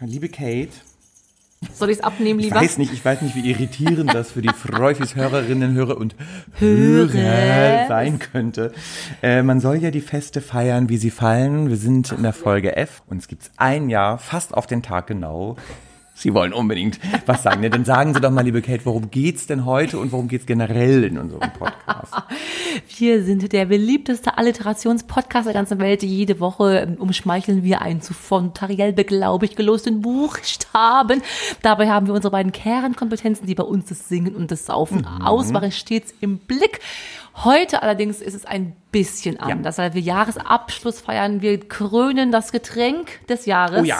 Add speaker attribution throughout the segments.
Speaker 1: Liebe Kate.
Speaker 2: Soll ich es abnehmen
Speaker 1: Ich
Speaker 2: lieber?
Speaker 1: weiß nicht, ich weiß nicht, wie irritierend das für die Freufis Hörerinnen, Hörer und
Speaker 2: Hörer.
Speaker 1: Hörer sein könnte. Äh, man soll ja die Feste feiern, wie sie fallen. Wir sind in der Folge F. Uns gibt's ein Jahr, fast auf den Tag genau. Sie wollen unbedingt was sagen. Ne? Dann sagen Sie doch mal, liebe Kate, worum geht's denn heute und worum geht's generell in unserem Podcast?
Speaker 2: Wir sind der beliebteste Alliterationspodcast der ganzen Welt. Jede Woche ähm, umschmeicheln wir einen zu von Tariel beglaubigt gelosten Buchstaben. Dabei haben wir unsere beiden Kernkompetenzen, die bei uns das Singen und das Saufen
Speaker 1: Mhm.
Speaker 2: ausmachen, stets im Blick. Heute allerdings ist es ein bisschen anders, weil wir Jahresabschluss feiern. Wir krönen das Getränk des Jahres.
Speaker 1: Oh ja.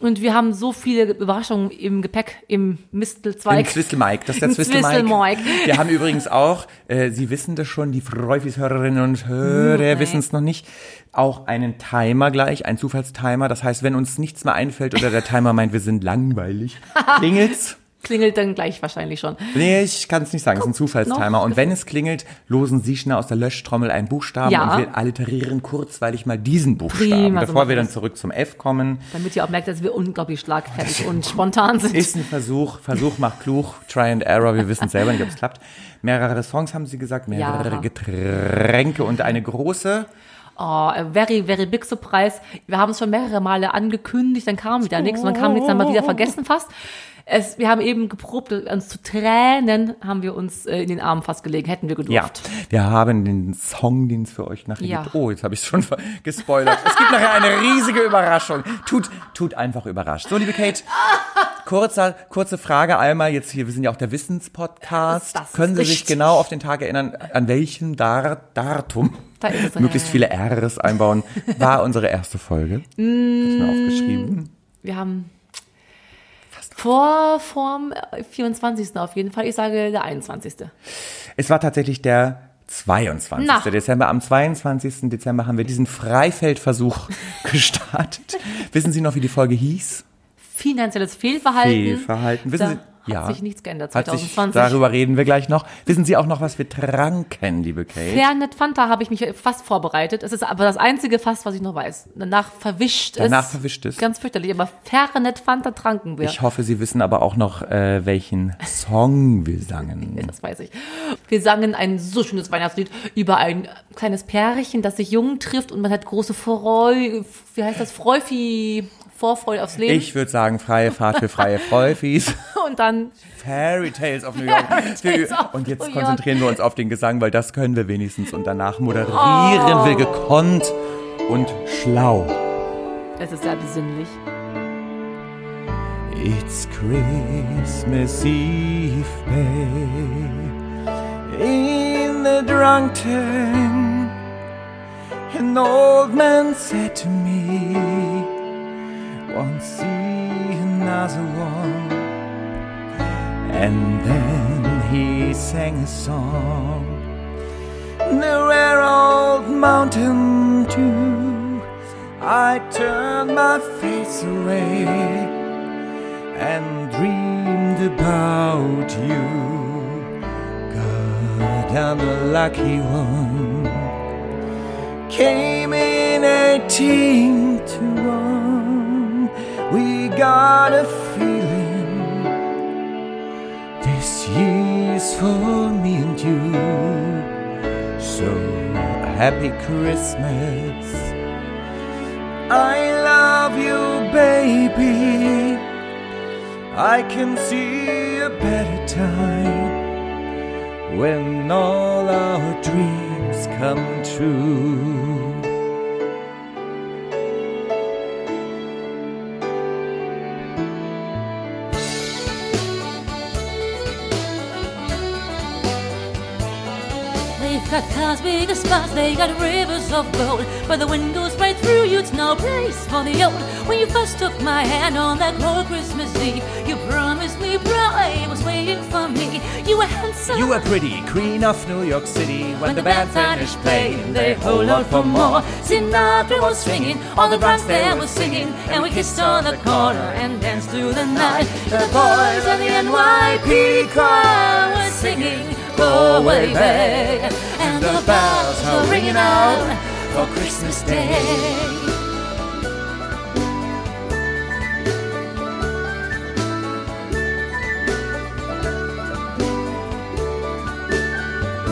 Speaker 2: Und wir haben so viele Überraschungen im Gepäck, im
Speaker 1: Ein
Speaker 2: Mistelzweig.
Speaker 1: Zwistel Mike, das ist der
Speaker 2: Ein
Speaker 1: Zwistel Mike.
Speaker 2: Zwistelmike.
Speaker 1: Wir haben übrigens auch, äh, Sie wissen das schon, die Freufis-Hörerinnen und Hörer
Speaker 2: Nein.
Speaker 1: wissen es noch nicht, auch einen Timer gleich, einen Zufallstimer. Das heißt, wenn uns nichts mehr einfällt oder der Timer meint, wir sind langweilig, klingelt's.
Speaker 2: Klingelt dann gleich wahrscheinlich schon.
Speaker 1: Nee, ich kann es nicht sagen, es ist ein Zufallstimer. Und wenn es klingelt, losen Sie schnell aus der Löschtrommel einen Buchstaben
Speaker 2: Ja.
Speaker 1: und wir alterieren kurzweilig mal diesen Buchstaben,
Speaker 2: Prima, so
Speaker 1: bevor
Speaker 2: machen
Speaker 1: wir dann
Speaker 2: wir's.
Speaker 1: zurück zum F kommen.
Speaker 2: Damit ihr auch merkt, dass wir unglaublich schlagfertig und spontan sind.
Speaker 1: Ist ein Versuch, Versuch macht klug, Try and Error, wir wissen selber nicht, ob es klappt. Mehrere Songs haben sie gesagt, mehrere
Speaker 2: Ja.
Speaker 1: Getränke und eine große.
Speaker 2: Oh, a very, very big surprise. Wir haben es schon mehrere Male angekündigt, dann kam wieder nichts und dann kam nichts, dann haben wir wieder vergessen fast. Es, wir haben eben geprobt, uns zu tränen, haben wir uns äh, in den Armen fast gelegen, hätten wir
Speaker 1: Ja,
Speaker 2: gedurft.
Speaker 1: wir haben den Song, den es für euch nachher
Speaker 2: Ja.
Speaker 1: gibt. Oh, jetzt habe ich schon ver- gespoilert. Es gibt nachher eine riesige Überraschung. Tut, tut einfach überrascht. So, liebe Kate, kurzer, kurze Frage einmal. Jetzt hier, wir sind ja auch der Wissenspodcast.
Speaker 2: Das ist
Speaker 1: Können Sie sich
Speaker 2: richtig.
Speaker 1: genau auf den Tag erinnern, an welchem Dar Datum
Speaker 2: Da ist es.
Speaker 1: möglichst viele R's einbauen, war unsere erste Folge. Das ist mir aufgeschrieben.
Speaker 2: Wir haben vor, vorm äh, 24. auf jeden Fall. Ich sage der 21.
Speaker 1: Es war tatsächlich der 22.
Speaker 2: Na.
Speaker 1: Dezember. Am 22. Dezember haben wir diesen Freifeldversuch gestartet. Wissen Sie noch, wie die Folge hieß?
Speaker 2: Finanzielles Fehlverhalten.
Speaker 1: Fehlverhalten.
Speaker 2: da
Speaker 1: Wissen Sie?
Speaker 2: hat sich nichts geändert
Speaker 1: Hat sich,
Speaker 2: 2020.
Speaker 1: darüber reden wir gleich noch. Wissen Sie auch noch, was wir tranken, liebe Kate?
Speaker 2: Fernet Fanta habe ich mich fast vorbereitet. Es ist aber das einzige Fass, was ich noch weiß. Danach verwischt
Speaker 1: Danach
Speaker 2: es.
Speaker 1: verwischt es.
Speaker 2: Ganz fürchterlich. Aber Fernet Fanta tranken wir.
Speaker 1: Ich hoffe, Sie wissen aber auch noch, äh, welchen Song wir sangen.
Speaker 2: das weiß ich. Wir sangen ein so schönes Weihnachtslied über ein kleines Pärchen, das sich jung trifft und man hat große Freu, wie heißt das, Freufi, Vorfreude aufs Leben.
Speaker 1: Ich würde sagen, freie Fahrt für freie Freufis.
Speaker 2: Und dann
Speaker 1: Fairy Tales of New York.
Speaker 2: Tales
Speaker 1: Wir-
Speaker 2: of
Speaker 1: und jetzt
Speaker 2: New York.
Speaker 1: konzentrieren wir uns auf den Gesang, weil das können wir wenigstens. Und danach moderieren
Speaker 2: Oh.
Speaker 1: wir gekonnt und schlau.
Speaker 2: es ist sehr besinnlich.
Speaker 1: It's Christmas Eve, babe, in the drunk tent. An old man said to me, Won't see another one. And then he sang a song, the rare old mountain tune. I turned my face away and dreamed about you. God, I'm a lucky one. Came in 18 to 1. We got a feeling this year's for me and you. So happy Christmas. I love you, baby. I can see a better time when all our dreams come true.
Speaker 3: They've got cars big as cars, they got rivers of gold. But the wind goes right through you, it's no place for the old. When you first took my hand on that cold Christmas Eve, you promised me pride was waiting for me. You were handsome.
Speaker 1: You were pretty, queen of New York City. When,
Speaker 3: When the band finished playing, they hold out for more. Sinatra was swinging, all the Bronx there was singing, and we kissed on the corner and danced through the night. The boys of the NYP choir were singing, "Go away, babe," and the bells were ringing out for Christmas Day.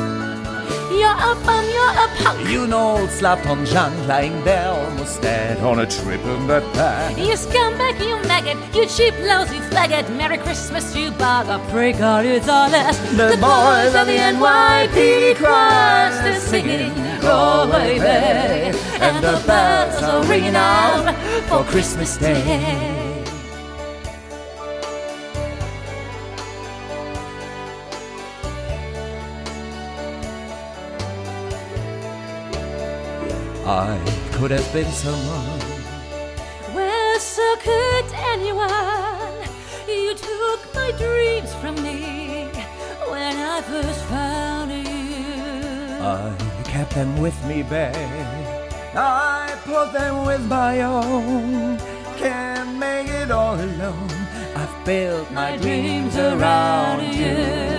Speaker 3: up, um, you're a punk.
Speaker 1: You know, slapped on Jean lying there almost dead on a trip in the back.
Speaker 3: You scumbag, you maggot, you cheap, lousy faggot. Merry Christmas, you bugger. Pray God it's all us.
Speaker 1: The boys of the NYPD
Speaker 3: choirs,
Speaker 1: choirs,
Speaker 3: they're
Speaker 1: they're
Speaker 3: singing,
Speaker 1: singing,
Speaker 3: go away, babe. And the bells are ringing out for Christmas Day.
Speaker 1: I could have been someone.
Speaker 3: Well, so could anyone. You took my dreams from me when I first found you.
Speaker 1: I kept them with me, babe. I put them with my own. Can't make it all alone. I've built my dreams around you.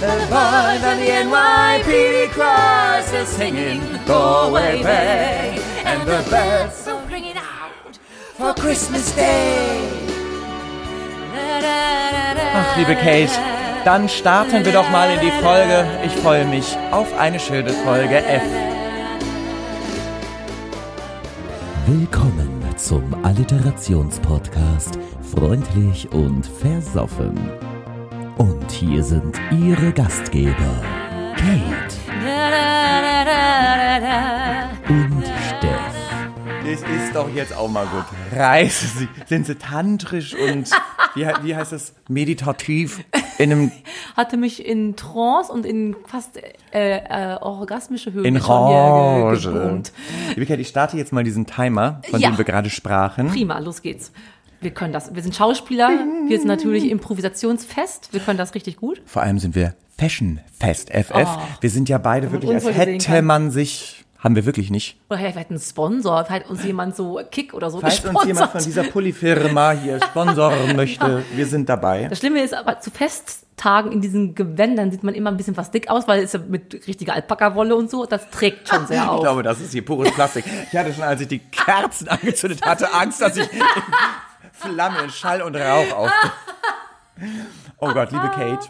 Speaker 1: The boys of the NYPD cross are singing, go away, babe. And the bells
Speaker 3: are ringing out
Speaker 1: for Christmas Day.
Speaker 3: Ach,
Speaker 1: Ach, liebe Kate, dann starten wir doch mal in die Folge. Ich freue mich auf eine schöne Folge F.
Speaker 4: Willkommen zum Alliterationspodcast Freundlich und Versoffen. Und hier sind Ihre Gastgeber, Kate und Steff.
Speaker 1: Das ist doch jetzt auch mal gut. Reißen Sie, sind Sie tantrisch und wie, he- wie heißt das? Meditativ in einem
Speaker 2: Hatte mich in Trance und in fast äh, äh, orgasmische Höhe
Speaker 1: in
Speaker 2: schon hier ge-
Speaker 1: Range.
Speaker 2: gebrummt.
Speaker 1: Liebe Kat, ich starte jetzt mal diesen Timer, von
Speaker 2: Ja.
Speaker 1: dem wir gerade sprachen.
Speaker 2: Prima, los geht's. Wir können das. Wir sind Schauspieler, wir sind natürlich improvisationsfest, wir können das richtig gut.
Speaker 1: Vor allem sind wir Fashion Fest FF. Wir sind ja beide wirklich, als
Speaker 2: uns heute sehen
Speaker 1: hätte
Speaker 2: Oh. kann.
Speaker 1: man sich, haben wir wirklich nicht.
Speaker 2: Oder vielleicht hat ein Sponsor, vielleicht hat uns jemand so Kick oder so
Speaker 1: Falls uns jemand von dieser Polyfirma hier sponsoren möchte, wir sind dabei.
Speaker 2: Das Schlimme ist aber, zu Festtagen in diesen Gewändern sieht man immer ein bisschen was dick aus, weil es ja mit richtiger Alpaka-Wolle und so, das trägt schon sehr
Speaker 1: Ich
Speaker 2: auf.
Speaker 1: glaube, das ist hier pures Plastik. Ich hatte schon, als ich die Kerzen angezündet hatte, Angst, dass ich in Flamme, in Schall und Rauch auf. Oh Gott, liebe Kate.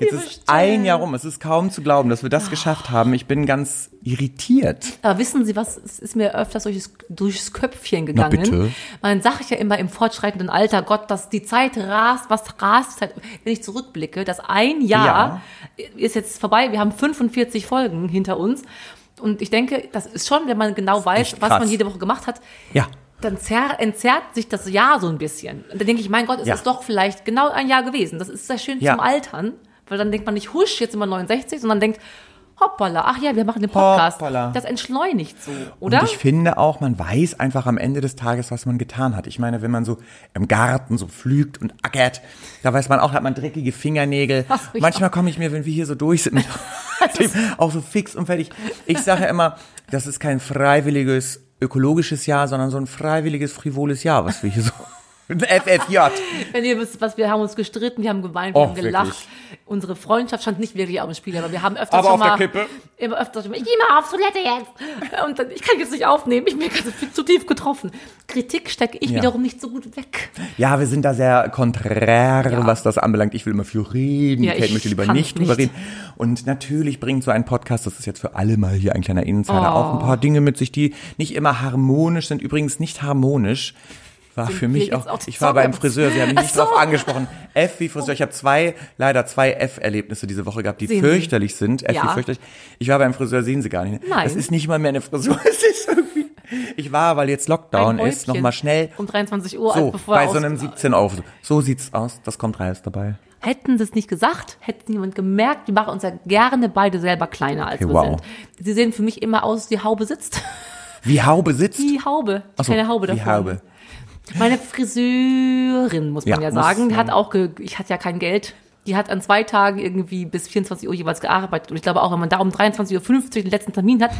Speaker 1: Jetzt
Speaker 2: Liebe
Speaker 1: ist ein Jahr rum. Es ist kaum zu glauben, dass wir das geschafft haben. Ich bin ganz irritiert.
Speaker 2: Aber wissen Sie was, es ist mir öfters durchs, durchs Köpfchen gegangen.
Speaker 1: bitte.
Speaker 2: Man sagt ja immer im fortschreitenden Alter, Gott, dass die Zeit rast, was rast, die Zeit, wenn ich zurückblicke, dass ein Jahr ist jetzt vorbei, wir haben 45 Folgen hinter uns. Und ich denke, das ist schon, wenn man genau weiß,
Speaker 1: echt
Speaker 2: was
Speaker 1: krass.
Speaker 2: man jede Woche gemacht hat,
Speaker 1: Ja.
Speaker 2: dann zer entzerrt sich das Jahr so ein bisschen. Und dann denke ich, mein Gott, es
Speaker 1: Ja.
Speaker 2: ist doch vielleicht genau ein Jahr gewesen. Das ist sehr schön
Speaker 1: Ja.
Speaker 2: zum Altern, weil dann denkt man nicht, husch, jetzt sind wir 69, sondern denkt, hoppala, ach ja, wir machen den Podcast.
Speaker 1: Hoppala.
Speaker 2: Das entschleunigt so,
Speaker 1: Und
Speaker 2: oder?
Speaker 1: ich finde auch, man weiß einfach am Ende des Tages, was man getan hat. Ich meine, wenn man so im Garten so pflügt und ackert, da weiß man auch, hat man dreckige Fingernägel.
Speaker 2: Ach so, ja.
Speaker 1: Manchmal komme ich mir, wenn wir hier so durch sind, mit dem, auch so fix und fertig. Ich sage immer, das ist kein freiwilliges ökologisches Jahr, sondern so ein freiwilliges, frivoles Jahr, was wir hier so. FFJ.
Speaker 2: Wenn ihr wisst, was wir haben uns gestritten, wir haben geweint, wir
Speaker 1: Och,
Speaker 2: haben gelacht.
Speaker 1: wirklich.
Speaker 2: Unsere Freundschaft stand nicht wirklich auf dem Spiel, aber wir haben öfters
Speaker 1: Aber
Speaker 2: schon
Speaker 1: auf der
Speaker 2: mal
Speaker 1: Kippe.
Speaker 2: immer öfters schon mal, ich geh mal auf Toilette jetzt. Und dann, ich kann jetzt nicht aufnehmen, ich bin ganz zu tief getroffen. Kritik stecke ich
Speaker 1: Ja.
Speaker 2: wiederum nicht so gut weg.
Speaker 1: Ja, wir sind da sehr konträr, was das anbelangt. Ich will immer viel reden,
Speaker 2: Ja,
Speaker 1: Kate
Speaker 2: ich
Speaker 1: möchte lieber
Speaker 2: kann
Speaker 1: nicht drüber
Speaker 2: nicht.
Speaker 1: reden. Und natürlich bringt so ein Podcast, das ist jetzt für alle mal hier ein kleiner Insider,
Speaker 2: Oh.
Speaker 1: auch ein paar Dinge mit sich, die nicht immer harmonisch sind. Übrigens nicht harmonisch war für mich
Speaker 2: wir
Speaker 1: auch,
Speaker 2: jetzt auch
Speaker 1: ich war beim
Speaker 2: zusammen?
Speaker 1: Friseur, sie haben mich
Speaker 2: Ach
Speaker 1: nicht
Speaker 2: so.
Speaker 1: drauf angesprochen. F wie Friseur, ich habe zwei, leider zwei F-Erlebnisse diese Woche gehabt, die
Speaker 2: Sehen Sie.
Speaker 1: fürchterlich sind. F wie
Speaker 2: Ja.
Speaker 1: fürchterlich. Ich war beim Friseur, sehen Sie gar nicht.
Speaker 2: Nein.
Speaker 1: Es ist nicht mal mehr eine Frisur, es ist irgendwie, ich war, weil jetzt Lockdown
Speaker 2: Ein
Speaker 1: ist,
Speaker 2: Häubchen.
Speaker 1: nochmal schnell
Speaker 2: Um 23 Uhr,
Speaker 1: so,
Speaker 2: als bevor
Speaker 1: bei
Speaker 2: er
Speaker 1: so einem
Speaker 2: aus-
Speaker 1: 17 Euro. So sieht's aus. Das kommt Reis dabei.
Speaker 2: Hätten sie es nicht gesagt, hätte niemand gemerkt. Wir machen uns ja gerne beide selber kleiner, als
Speaker 1: Okay,
Speaker 2: wir
Speaker 1: wow.
Speaker 2: sind. Sie sehen für mich immer aus, die Haube sitzt.
Speaker 1: Wie Haube sitzt.
Speaker 2: Die Haube, die
Speaker 1: Ach so,
Speaker 2: kleine Haube
Speaker 1: die
Speaker 2: davon.
Speaker 1: Haube.
Speaker 2: Meine Friseurin, muss man
Speaker 1: Ja,
Speaker 2: ja,
Speaker 1: muss
Speaker 2: sagen, die
Speaker 1: man-
Speaker 2: hat auch, ge ich hatte ja kein Geld. Die hat an zwei Tagen irgendwie bis 24 Uhr jeweils gearbeitet. Und ich glaube auch, wenn man da um 23.50 Uhr den letzten Termin hat,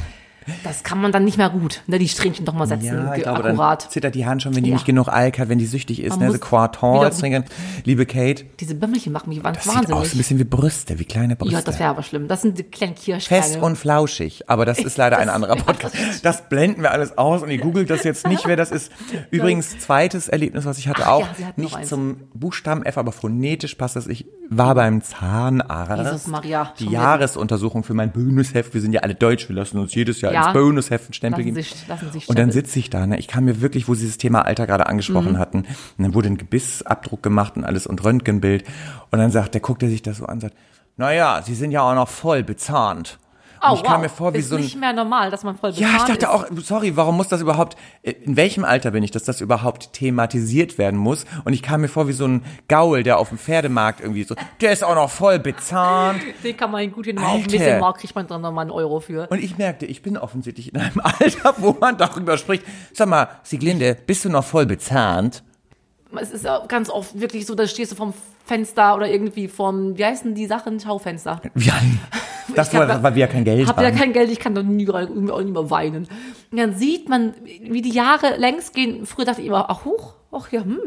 Speaker 2: Das kann man dann nicht mehr gut, ne? Die Strähnchen doch mal setzen,
Speaker 1: Ja, ich
Speaker 2: ge-
Speaker 1: glaube, dann
Speaker 2: akkurat.
Speaker 1: zittert die Hand schon, wenn die
Speaker 2: Ja.
Speaker 1: nicht genug Alk hat, wenn die süchtig ist,
Speaker 2: Man
Speaker 1: ne?
Speaker 2: muss
Speaker 1: So Quartons
Speaker 2: wieder-
Speaker 1: trinken. Liebe Kate,
Speaker 2: Diese Bömmelchen machen mich
Speaker 1: das
Speaker 2: wahnsinnig.
Speaker 1: sieht aus ein bisschen wie Brüste, wie kleine Brüste.
Speaker 2: ja, das wäre aber schlimm. Das sind die kleinen Kirschkerne.
Speaker 1: Fest und flauschig, aber das ist leider ein anderer Podcast. Das blenden wir alles aus und ihr googelt das jetzt nicht mehr. Das ist übrigens zweites Erlebnis, was ich hatte,
Speaker 2: Ach
Speaker 1: auch
Speaker 2: ja, sie hatten noch
Speaker 1: nicht
Speaker 2: eins.
Speaker 1: zum Buchstaben F, aber phonetisch passt das. Ich war beim Zahnarzt.
Speaker 2: Jesus Maria,
Speaker 1: Die
Speaker 2: schon wieder.
Speaker 1: Jahresuntersuchung für mein Bonusheft. Wir sind ja alle deutsch, wir lassen uns jedes Jahr
Speaker 2: Ja.
Speaker 1: ins Bonusheft einen Stempel
Speaker 2: Lassen
Speaker 1: geben.
Speaker 2: sich- lassen sich
Speaker 1: und dann
Speaker 2: stempeln.
Speaker 1: sitze ich da, ne? Ich kam mir wirklich, wo sie das Thema Alter gerade angesprochen
Speaker 2: Mhm.
Speaker 1: hatten. Und dann wurde ein Gebissabdruck gemacht und alles und Röntgenbild. Und dann sagt, der guckt er sich das so an und sagt, naja, sie sind ja auch noch voll bezahnt. Und
Speaker 2: Oh,
Speaker 1: ich kam
Speaker 2: wow.
Speaker 1: mir vor wie
Speaker 2: ist
Speaker 1: so ein.
Speaker 2: nicht mehr normal, dass man voll
Speaker 1: Ja, ich
Speaker 2: bezahlt
Speaker 1: dachte
Speaker 2: ist.
Speaker 1: auch, sorry, warum muss das überhaupt, in welchem Alter bin ich, dass das überhaupt thematisiert werden muss? Und ich kam mir vor wie so ein Gaul, der auf dem Pferdemarkt irgendwie so, der ist auch noch voll bezahnt.
Speaker 2: Den kann man gut hin, auf ein
Speaker 1: Alter.
Speaker 2: bisschen Mark kriegt man dann nochmal einen Euro für.
Speaker 1: Und ich merkte, ich bin offensichtlich in einem Alter, wo man darüber spricht. Sag mal, Sieglinde, bist du noch voll bezahnt?
Speaker 2: es ist auch ganz oft wirklich so, da stehst du vom Fenster oder irgendwie vom, wie heißen die Sachen, Schaufenster.
Speaker 1: Ja, das
Speaker 2: Ich hab-
Speaker 1: war, weil wir ja kein Geld
Speaker 2: Hab ja
Speaker 1: haben.
Speaker 2: kein Geld, ich kann doch nie, irgendwie auch nicht mehr weinen. Und dann sieht man, wie die Jahre längst gehen. Früher dachte ich immer, ach hoch, ach ja, hm.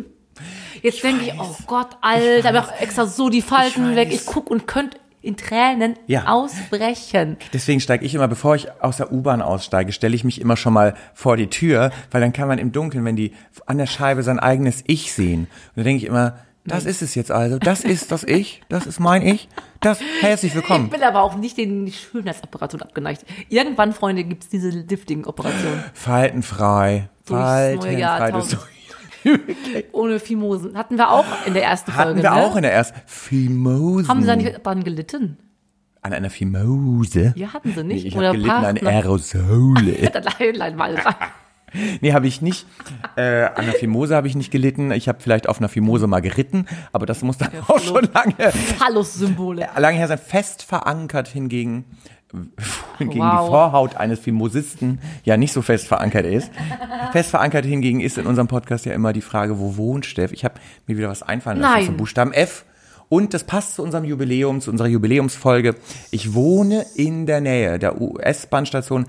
Speaker 2: Jetzt denke ich, oh Gott, Alter, ich mach extra so die Falten
Speaker 1: Ich
Speaker 2: weg.
Speaker 1: weiß.
Speaker 2: Ich guck und könnte in Tränen
Speaker 1: Ja.
Speaker 2: ausbrechen.
Speaker 1: Deswegen steige ich immer, bevor ich aus der U-Bahn aussteige, stelle ich mich immer schon mal vor die Tür, weil dann kann man im Dunkeln, wenn die an der Scheibe sein eigenes Ich sehen. Und dann denke ich immer, das ist es jetzt also. Das ist das Ich. Das ist mein Ich. Das, herzlich willkommen.
Speaker 2: Ich bin aber auch nicht den Schönheitsoperation abgeneigt. Irgendwann, Freunde, gibt's diese Lifting-Operation.
Speaker 1: Faltenfrei.
Speaker 2: Durchs neue
Speaker 1: Faltenfrei. Das
Speaker 2: Jahrtausend. Ohne Fimosen. Hatten wir auch in der ersten
Speaker 1: hatten
Speaker 2: Folge.
Speaker 1: wir
Speaker 2: ne?
Speaker 1: auch in Hm. der ersten. Fimosen.
Speaker 2: Haben sie da nicht dran gelitten?
Speaker 1: an einer Fimose.
Speaker 2: Ja, hatten sie nicht.
Speaker 1: Nee, ich
Speaker 2: Oder
Speaker 1: habe gelitten an
Speaker 2: Partner.
Speaker 1: Aerosole.
Speaker 2: Dann leiden mal rein.
Speaker 1: nee, habe ich nicht. Äh, an der Fimose habe ich nicht gelitten. Ich habe vielleicht auf einer Fimose mal geritten, aber das muss dann auch schon lange,
Speaker 2: Phallus-Symbole.
Speaker 1: lange her sein. Fest verankert hingegen, hingegen
Speaker 2: Wow.
Speaker 1: die Vorhaut eines Fimosisten ja nicht so fest verankert ist. Fest verankert hingegen ist in unserem Podcast ja immer die Frage, wo wohnt Steff? Ich habe mir wieder was einfallen lassen
Speaker 2: Nein.
Speaker 1: zum Buchstaben F. Und das passt zu unserem Jubiläum, zu unserer Jubiläumsfolge. Ich wohne in der Nähe der US-Bahn-Station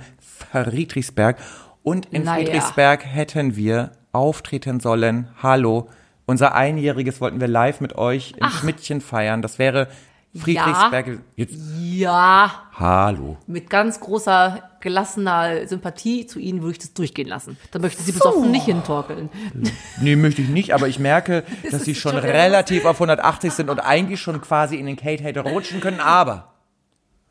Speaker 1: Friedrichsberg. Und in
Speaker 2: Naja.
Speaker 1: Friedrichsberg hätten wir auftreten sollen. Hallo. Unser Einjähriges wollten wir live mit euch im Schmidtchen feiern. Das wäre Friedrichsberg. Jetzt,
Speaker 2: Ja,
Speaker 1: hallo.
Speaker 2: mit ganz großer gelassener Sympathie zu ihnen würde ich das durchgehen lassen. Da möchte sie besoffen nicht hintorkeln.
Speaker 1: Nee, möchte ich nicht, aber ich merke, dass sie schon
Speaker 2: schon
Speaker 1: relativ auf 180 sind und eigentlich schon quasi in den Kate hätte rutschen können, aber.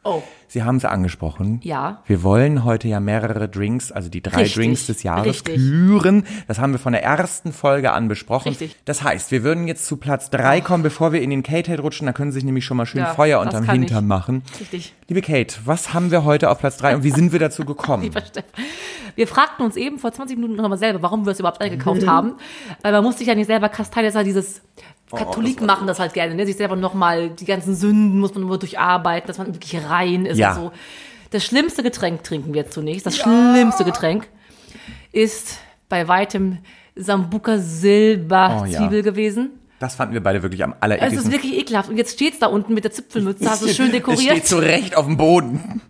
Speaker 2: Oh.
Speaker 1: Sie haben es angesprochen.
Speaker 2: Ja.
Speaker 1: Wir wollen heute ja mehrere Drinks, also die drei
Speaker 2: Richtig,
Speaker 1: Drinks des Jahres,
Speaker 2: richtig.
Speaker 1: küren. Das haben wir von der ersten Folge an besprochen.
Speaker 2: Richtig.
Speaker 1: Das heißt, wir würden jetzt zu Platz drei kommen, bevor wir in den Kate-Head rutschen. Da können Sie sich nämlich schon mal schön
Speaker 2: Ja,
Speaker 1: Feuer
Speaker 2: das
Speaker 1: unterm
Speaker 2: kann
Speaker 1: Hintern
Speaker 2: ich.
Speaker 1: machen.
Speaker 2: Richtig.
Speaker 1: Liebe Kate, was haben wir heute auf Platz drei und wie sind wir dazu gekommen?
Speaker 2: Wir fragten uns eben vor 20 Minuten nochmal selber, warum wir es überhaupt eingekauft haben. Weil man muss sich ja nicht selber kasteien, das ist halt dieses
Speaker 1: Oh,
Speaker 2: Katholiken machen das halt gerne, ne? sich selber nochmal, die ganzen Sünden muss man nur durcharbeiten, dass man wirklich rein ist
Speaker 1: Ja.
Speaker 2: und so. Das schlimmste Getränk trinken wir zunächst. Das schlimmste Getränk ist bei weitem Sambuca Silber
Speaker 1: Oh ja.
Speaker 2: Zwiebel gewesen. Also
Speaker 1: das fanden wir beide wirklich am
Speaker 2: Es ist
Speaker 1: allerehesten.
Speaker 2: wirklich ekelhaft. Und jetzt steht's da unten mit der Zipfelmütze, hast du es schön dekoriert.
Speaker 1: Es steht zurecht auf dem Boden.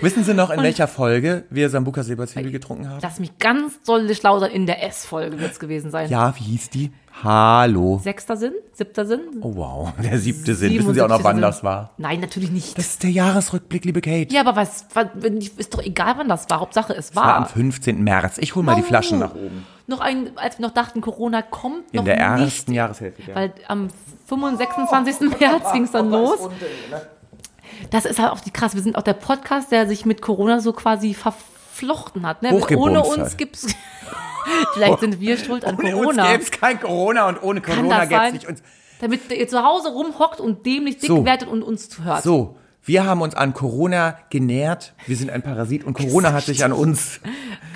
Speaker 1: Wissen Sie noch, in welcher Folge wir Sambuca Silberzwiebel getrunken haben?
Speaker 2: Lass mich ganz doll schlau sein, in der S-Folge wird's gewesen sein.
Speaker 1: Ja, wie hieß die? Hallo.
Speaker 2: Sechster Sinn? Siebter Sinn?
Speaker 1: Oh wow, der siebte Sinn. Wissen Sie auch noch, wann
Speaker 2: 77.
Speaker 1: das war?
Speaker 2: Nein, natürlich nicht.
Speaker 1: Das ist der Jahresrückblick, liebe Kate.
Speaker 2: ja, aber was, was, wenn ich- ist doch egal, wann das war. Hauptsache, es
Speaker 1: War am
Speaker 2: war. Oh,
Speaker 1: 15. März. Ich hole mal die Flaschen nach oben.
Speaker 2: Noch ein, als wir noch dachten, Corona kommt noch
Speaker 1: In der
Speaker 2: nicht.
Speaker 1: ersten Jahreshälfte. ja.
Speaker 2: Weil am 25. März ging's
Speaker 1: Oh,
Speaker 2: dann los.
Speaker 1: ne?
Speaker 2: Das ist halt auch die krass. Wir sind auch der Podcast, der sich mit Corona so quasi verflochten hat. Ne?
Speaker 1: Hochgebumst
Speaker 2: Ohne
Speaker 1: halt.
Speaker 2: uns gibt's. Vielleicht sind wir schuld an
Speaker 1: Ohne uns
Speaker 2: Corona.
Speaker 1: gäbe es kein Corona und ohne
Speaker 2: Kann
Speaker 1: Corona
Speaker 2: das
Speaker 1: gäbe es
Speaker 2: sein?
Speaker 1: nicht uns.
Speaker 2: Damit ihr zu Hause rumhockt und dämlich dick
Speaker 1: So.
Speaker 2: werdet und uns zuhört.
Speaker 1: So, wir haben uns an Corona genährt. Wir sind ein Parasit und Corona hat sich an uns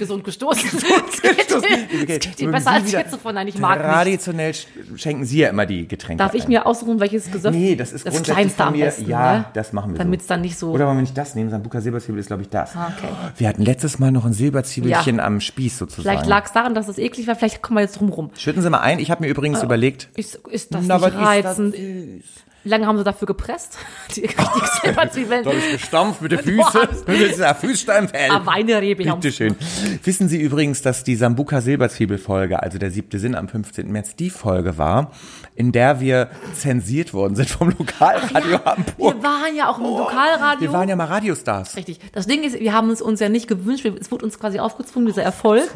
Speaker 2: Gesund gestoßen. Es geht,
Speaker 1: Liebe
Speaker 2: es
Speaker 1: Kate,
Speaker 2: geht dir
Speaker 1: mögen
Speaker 2: besser
Speaker 1: Sie
Speaker 2: als
Speaker 1: wieder-
Speaker 2: Schätze von Nein, ich mag nicht.
Speaker 1: Traditionell sch- schenken Sie ja immer die Getränke.
Speaker 2: Darf ich
Speaker 1: ein.
Speaker 2: mir ausruhen, welches Gesöff?
Speaker 1: Nee, das ist
Speaker 2: das
Speaker 1: grundsätzlich
Speaker 2: kleinste
Speaker 1: von
Speaker 2: am
Speaker 1: mir-
Speaker 2: besten.
Speaker 1: ja,
Speaker 2: ne?
Speaker 1: das machen wir so.
Speaker 2: Damit es dann nicht so.
Speaker 1: Oder wollen wir nicht das nehmen? Sambuca Silberzwiebel ist, glaube ich, das.
Speaker 2: Ah, okay.
Speaker 1: Wir hatten letztes Mal noch ein Silberzwiebelchen
Speaker 2: Ja.
Speaker 1: am Spieß sozusagen.
Speaker 2: vielleicht lag es daran, dass es eklig war. Vielleicht kommen wir jetzt drum rum.
Speaker 1: Schütten Sie mal ein. Ah, Ich habe mir übrigens überlegt,
Speaker 2: Ist, ist das
Speaker 1: Na,
Speaker 2: nicht
Speaker 1: was ist das
Speaker 2: reizend?
Speaker 1: süß.
Speaker 2: lange haben sie dafür gepresst? Die richtig selber Zwiebeln.
Speaker 1: Da habe ich gestampft mit den
Speaker 2: Boah,
Speaker 1: Füßen.
Speaker 2: Hans.
Speaker 1: Das ist ein Fußsteinfell.
Speaker 2: Ah, Weinrebe. ja.
Speaker 1: Bitte schön. Wissen Sie übrigens, dass die Sambuka Silberzwiebel-Folge, also der siebte Sinn am 15. März, die Folge war, in der wir zensiert worden sind vom Lokalradio Hamburg.
Speaker 2: Wir waren ja auch im Lokalradio.
Speaker 1: Wir waren ja mal Radiostars.
Speaker 2: Richtig. Das Ding ist, wir haben es uns ja nicht gewünscht. Wir- Es wurde uns quasi aufgezwungen, dieser Erfolg.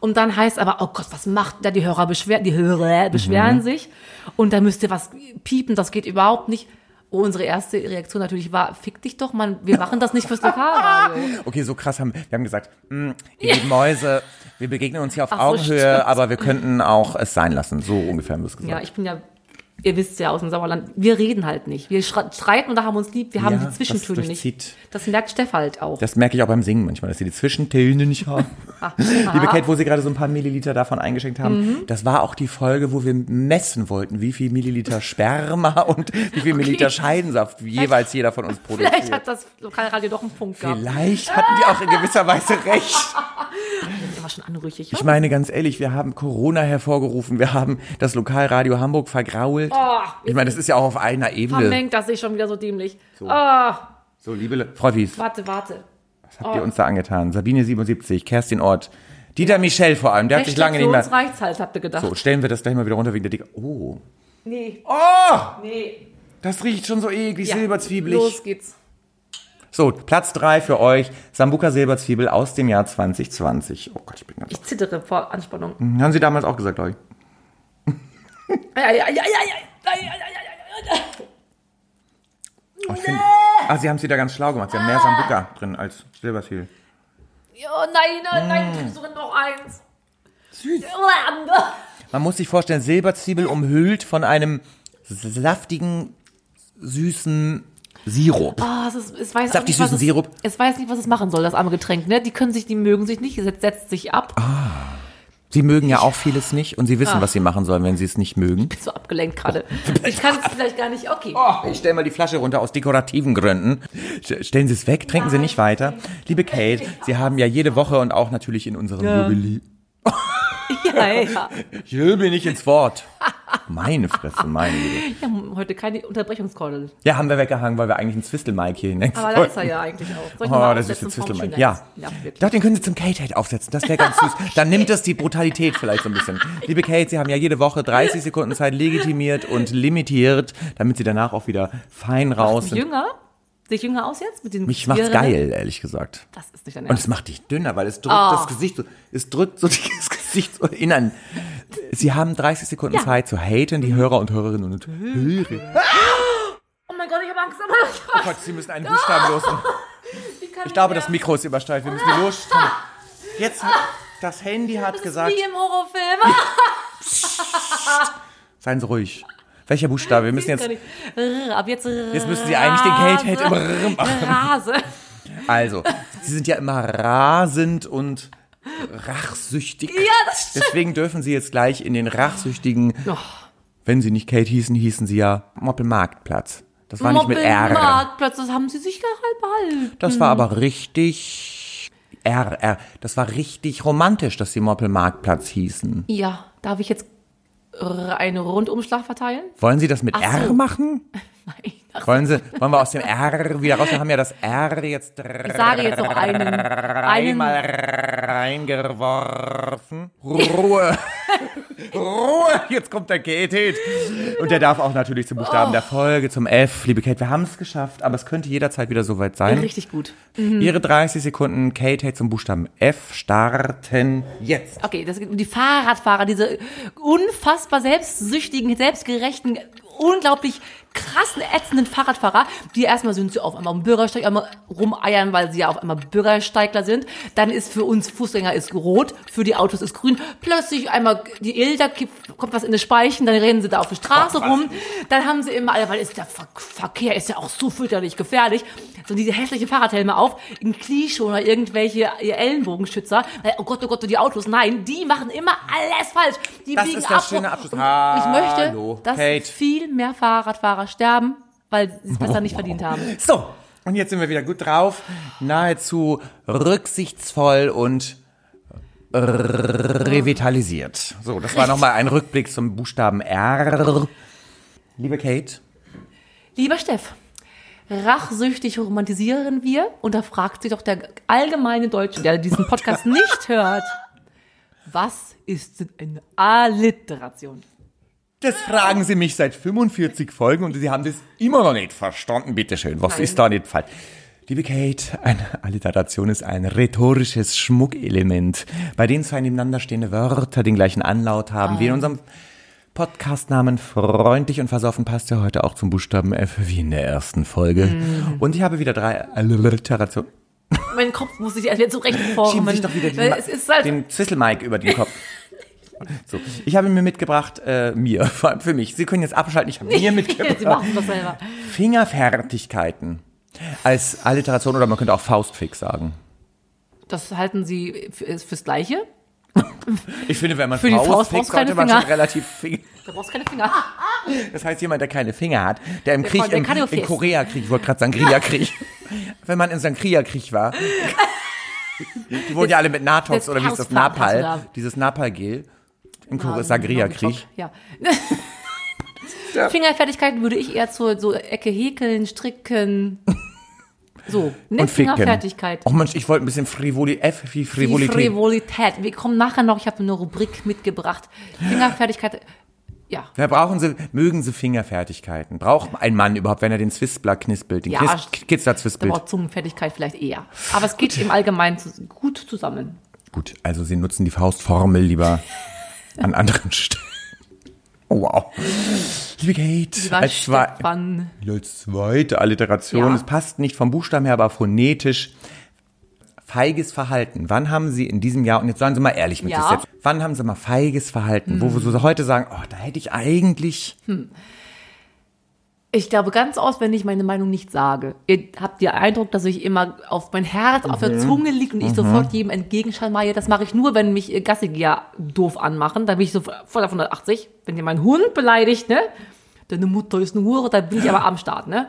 Speaker 2: Und dann heißt aber, oh Gott, was macht da die Hörer beschweren, die Hörer beschweren
Speaker 1: Mhm.
Speaker 2: sich. Und da müsst ihr was piepen, das geht überhaupt nicht. Und unsere erste Reaktion natürlich war, fick dich doch, Mann, wir machen das nicht fürs Lokalradio.
Speaker 1: Okay, so krass haben wir haben gesagt, mh, ihr lieben Mäuse, wir begegnen uns hier auf
Speaker 2: Ach so,
Speaker 1: Augenhöhe,
Speaker 2: stimmt.
Speaker 1: aber wir könnten auch es sein lassen. So ungefähr haben wir es gesagt.
Speaker 2: ja, ich bin ja, ihr wisst ja aus dem Sauerland, wir reden halt nicht. Wir schre- streiten und da haben uns lieb, wir haben
Speaker 1: Ja,
Speaker 2: die Zwischentöne
Speaker 1: das
Speaker 2: nicht.
Speaker 1: durchzieht-
Speaker 2: Das merkt Steff halt auch.
Speaker 1: Das merke ich auch beim Singen manchmal, dass sie die Zwischentöne nicht haben. Liebe Kate, wo sie gerade so ein paar Milliliter davon eingeschenkt
Speaker 2: Mhm.
Speaker 1: haben, das war auch die Folge, wo wir messen wollten, wie viel Milliliter Sperma und wie viel Milliliter Scheidensaft jeweils jeder von uns produziert.
Speaker 2: Vielleicht
Speaker 1: Vielleicht,
Speaker 2: hat das Lokalradio doch einen Punkt gehabt.
Speaker 1: hatten die auch in gewisser Weise recht.
Speaker 2: Der war schon anrüchig.
Speaker 1: Ich meine, ganz ehrlich, wir haben Corona hervorgerufen, wir haben das Lokalradio Hamburg vergrault. ich meine, das ist ja auch auf einer Ebene.
Speaker 2: Oh, Vermengt, Ah, das ist schon wieder so dämlich. Ah.
Speaker 1: So, liebe Le- Freufis, was
Speaker 2: Warte, warte.
Speaker 1: habt
Speaker 2: Oh.
Speaker 1: ihr uns da angetan? Sabine77, Kerstin Ort, Dieter Michel vor allem, der hat sich lange nicht mehr...
Speaker 2: Uns reicht's halt, habt ihr gedacht.
Speaker 1: So, stellen wir das gleich mal wieder runter wegen der Dicke. Oh.
Speaker 2: Nee.
Speaker 1: Oh!
Speaker 2: Nee.
Speaker 1: Das riecht schon so eklig,
Speaker 2: Ja.
Speaker 1: silberzwiebelig.
Speaker 2: Los geht's.
Speaker 1: So, Platz 3 für euch. Sambuka Silberzwiebel aus dem Jahr 2020. Oh Gott, ich bin ganz.
Speaker 2: Ich zittere vor Anspannung.
Speaker 1: Haben Sie damals auch gesagt, glaube ich.
Speaker 2: Ei, ei, ei, ei, ei, ei, ei, ei, ei, ei, ei.
Speaker 1: Oh, ich finde- ah, Sie haben es wieder ganz schlau gemacht. Sie haben mehr Sambuka drin als Silberzwiebel.
Speaker 2: Oh nein, oh
Speaker 1: Mhm.
Speaker 2: nein, ich suche noch eins. Süß.
Speaker 1: Man muss sich vorstellen, Silberzwiebel umhüllt von einem saftigen, süßen Sirup.
Speaker 2: Ah, es, ist, es weiß auch
Speaker 1: Saftig
Speaker 2: nicht, was
Speaker 1: süßen
Speaker 2: es,
Speaker 1: Sirup.
Speaker 2: Es weiß nicht, was es machen soll, das arme Getränk. Ne? Die können sich, die mögen sich nicht. Es setzt sich ab.
Speaker 1: Ah. Sie mögen ja auch vieles nicht und Sie wissen,
Speaker 2: Ah.
Speaker 1: was Sie machen sollen, wenn Sie es nicht mögen.
Speaker 2: So abgelenkt gerade. Ich kann es vielleicht gar nicht. Okay.
Speaker 1: Oh, ich stelle mal die Flasche runter aus dekorativen Gründen. St- Stellen Sie es weg, trinken Sie nicht weiter. Liebe Kate, Sie haben ja jede Woche und auch natürlich in unserem Jubiläum.
Speaker 2: Ja, ja.
Speaker 1: Ich will mir nicht ins Wort. Meine Fresse, meine Liebe.
Speaker 2: Wir haben heute keine Unterbrechungskordel.
Speaker 1: Ja, haben wir weggehangen, weil wir eigentlich einen Zwistelmike hier hinhängen.
Speaker 2: Aber da ist er ja eigentlich auch. Soll ich noch
Speaker 1: Oh,
Speaker 2: mal
Speaker 1: das ist
Speaker 2: aufsetzen
Speaker 1: der
Speaker 2: vom
Speaker 1: Zwistelmike.
Speaker 2: Schönheits-
Speaker 1: Ja.
Speaker 2: wirklich.
Speaker 1: Doch, den können Sie zum Kate-Head aufsetzen. Das wäre ganz süß. Dann nimmt das die Brutalität vielleicht so ein bisschen. Liebe Kate, Sie haben ja jede Woche 30 Sekunden Zeit legitimiert und limitiert, damit Sie danach auch wieder fein raus sind.
Speaker 2: jünger? Sehe ich jünger aus jetzt? Mit den
Speaker 1: Mich macht's
Speaker 2: Zwirren?
Speaker 1: geil, ehrlich gesagt.
Speaker 2: Das ist nicht dein
Speaker 1: Und
Speaker 2: Ernst.
Speaker 1: es macht dich dünner, weil es drückt
Speaker 2: Oh.
Speaker 1: das Gesicht so, es drückt so das Gesicht so innen. Sie haben 30 Sekunden Zeit zu haten, die Hörer und Hörerinnen und Hörer.
Speaker 2: Oh mein Gott, ich habe Angst. Oh
Speaker 1: Oh Gott, Sie müssen einen
Speaker 2: Ah.
Speaker 1: Buchstaben losen.
Speaker 2: ich, kann
Speaker 1: Ich glaube,
Speaker 2: nicht
Speaker 1: das
Speaker 2: mehr.
Speaker 1: Mikro ist übersteuert. Wir müssen die los. Jetzt, das Handy hat gesagt,
Speaker 2: Wie im Horrorfilm.
Speaker 1: seien Sie ruhig. Welcher Buchstabe? Wir müssen
Speaker 2: Gar
Speaker 1: jetzt,
Speaker 2: nicht. Rrr, Ab jetzt.
Speaker 1: jetzt müssen Sie eigentlich den halt Kate Head im Rrrr machen.
Speaker 2: Rase.
Speaker 1: Also, Sie sind ja immer rasend und rachsüchtig.
Speaker 2: Ja, das stimmt.
Speaker 1: Deswegen dürfen Sie jetzt gleich in den rachsüchtigen,
Speaker 2: Oh.
Speaker 1: wenn Sie nicht Kate hießen, hießen Sie ja Moppelmarktplatz. Das war nicht mit R.
Speaker 2: Marktplatz, das haben sie sich halt behalten.
Speaker 1: Das war aber richtig R, R. Das war richtig romantisch, dass Sie Moppelmarktplatz hießen.
Speaker 2: Ja, darf ich jetzt rrr, einen Rundumschlag verteilen?
Speaker 1: Wollen Sie das mit
Speaker 2: Ach
Speaker 1: R
Speaker 2: so.
Speaker 1: machen?
Speaker 2: Nein. das-
Speaker 1: Wollen Sie, wollen wir aus dem R wieder raus? Wir haben ja das R jetzt
Speaker 2: Ich sage jetzt noch einen. einen
Speaker 1: einmal reingeworfen. Ruhe. Ruhe. Jetzt kommt der Kate. Und der darf auch natürlich zum Buchstaben
Speaker 2: Oh.
Speaker 1: der Folge, zum F. Liebe Kate, wir haben es geschafft, aber es könnte jederzeit wieder soweit sein.
Speaker 2: richtig Mhm. gut.
Speaker 1: Ihre 30 Sekunden Kate zum Buchstaben F starten jetzt.
Speaker 2: Okay, das geht um die Fahrradfahrer, diese unfassbar selbstsüchtigen, selbstgerechten, unglaublich krassen, ätzenden Fahrradfahrer, die erstmal sind sie auf einmal am Bürgersteig einmal rumeiern, weil sie ja auf einmal Bürgersteigler sind. Dann ist für uns Fußgänger ist rot, für die Autos ist grün. Plötzlich einmal die Ilda kippt- kommt was in das Speichen, dann rennen sie da auf die Straße rum. Dann haben sie immer, weil ist der Ver Verkehr ist ja auch so fürchterlich gefährlich. So diese hässliche Fahrradhelme auf, in Klischee oder irgendwelche ihr Ellenbogenschützer. Weil, Oh Gott, oh Gott, die Autos, nein, die machen immer alles falsch. Die
Speaker 1: Das
Speaker 2: biegen
Speaker 1: ist der
Speaker 2: ab.
Speaker 1: schöne Abschluss.
Speaker 2: Und Ich
Speaker 1: Hallo,
Speaker 2: möchte, dass
Speaker 1: Kate.
Speaker 2: viel mehr Fahrradfahrer sterben, weil sie es besser nicht verdient haben.
Speaker 1: So. Und jetzt sind wir wieder gut drauf. Nahezu rücksichtsvoll und revitalisiert. So, das war nochmal ein Rückblick zum Buchstaben R. Liebe Kate,
Speaker 2: Lieber Steff, rachsüchtig romantisieren wir und da fragt sich doch der allgemeine Deutsche, der diesen Podcast nicht hört, was ist denn eine Alliteration?
Speaker 1: Das fragen Sie mich seit 45 Folgen und Sie haben das immer noch nicht verstanden. Bitte schön, was ist da nicht falsch? Liebe Kate, eine Alliteration ist ein rhetorisches Schmuckelement, bei dem zwei nebeneinander stehende Wörter den gleichen Anlaut haben, wie in unserem Podcastnamen Freundlich und Versoffen passt ja heute auch zum Buchstaben F, wie in der ersten Folge. Und ich habe wieder drei Alliterationen.
Speaker 2: Mein Kopf muss sich erst wieder
Speaker 1: Schieben
Speaker 2: zurechtformen.
Speaker 1: sich doch wieder den,
Speaker 2: Weil
Speaker 1: Ma-
Speaker 2: es ist halt
Speaker 1: den Zwisselmike über den Kopf. So, ich habe mir mitgebracht, äh, mir, vor allem für mich. Sie können jetzt abschalten, ich habe mir
Speaker 2: Sie
Speaker 1: mitgebracht.
Speaker 2: machen das selber.
Speaker 1: Fingerfertigkeiten. Als Alliteration oder man könnte auch Faustfix sagen.
Speaker 2: Das halten Sie für, fürs Gleiche?
Speaker 1: Ich finde, wenn man
Speaker 2: Für die Faust
Speaker 1: Faustfix
Speaker 2: brauchst du keine
Speaker 1: sollte man schon
Speaker 2: Finger.
Speaker 1: relativ Finger.
Speaker 2: Da brauchst du keine Finger.
Speaker 1: Ah. Das heißt, jemand, der keine Finger hat, der im Krieg,
Speaker 2: der
Speaker 1: im,
Speaker 2: kann nur
Speaker 1: im
Speaker 2: fix.
Speaker 1: Koreakrieg, ich wollte gerade sagen, Kriakrieg. wenn man in so einem Kriakrieg war, die wurden ja alle mit Natox
Speaker 2: jetzt
Speaker 1: oder wie ist das
Speaker 2: Faustpfand hast du
Speaker 1: Napal,
Speaker 2: da.
Speaker 1: dieses Napalgel im
Speaker 2: Ah,
Speaker 1: Korea-Krieg.
Speaker 2: Ja. Fingerfertigkeiten würde ich eher zur so Ecke häkeln, stricken. So,
Speaker 1: Und
Speaker 2: nicht
Speaker 1: ficken.
Speaker 2: Fingerfertigkeit.
Speaker 1: Oh Mensch, ich wollte ein bisschen Frivoli, F wie
Speaker 2: Die
Speaker 1: Frivolität.
Speaker 2: Frivolität. Wir kommen nachher noch, ich habe eine Rubrik mitgebracht. Fingerfertigkeit, ja.
Speaker 1: Wer brauchen Sie, mögen Sie Fingerfertigkeiten? Braucht ein Mann überhaupt, wenn er den Zwistbler knispelt, den
Speaker 2: Ja,
Speaker 1: Knis Kitzler
Speaker 2: Da
Speaker 1: zwispelt?
Speaker 2: braucht Zungenfertigkeit vielleicht eher. Aber es geht im Allgemeinen zu, gut zusammen.
Speaker 1: Gut, also Sie nutzen die Faustformel lieber an anderen Stellen. Oh, wow. Liebe Kate,
Speaker 2: War
Speaker 1: als, zwei,
Speaker 2: Stefan.
Speaker 1: als zweite Alliteration,
Speaker 2: Ja.
Speaker 1: es passt nicht vom Buchstaben her, aber phonetisch. Feiges Verhalten. Wann haben Sie in diesem Jahr, und jetzt seien Sie mal ehrlich mit
Speaker 2: Ja. Hm.
Speaker 1: sich selbst, wann haben Sie mal feiges Verhalten, wo wir so heute sagen, oh, da hätte ich eigentlich,
Speaker 2: Ich glaube ganz auswendig meine Meinung nicht sage. Ihr habt den Eindruck, dass ich immer auf mein Herz, auf der Zunge liegt und ich sofort jedem entgegenschalmaie. Das mache ich nur, wenn mich äh, Gassigeher doof anmachen. Da bin ich so voll auf 180. Wenn ihr meinen Hund beleidigt, ne? Deine Mutter ist eine Hure, da bin ich aber am Start, ne?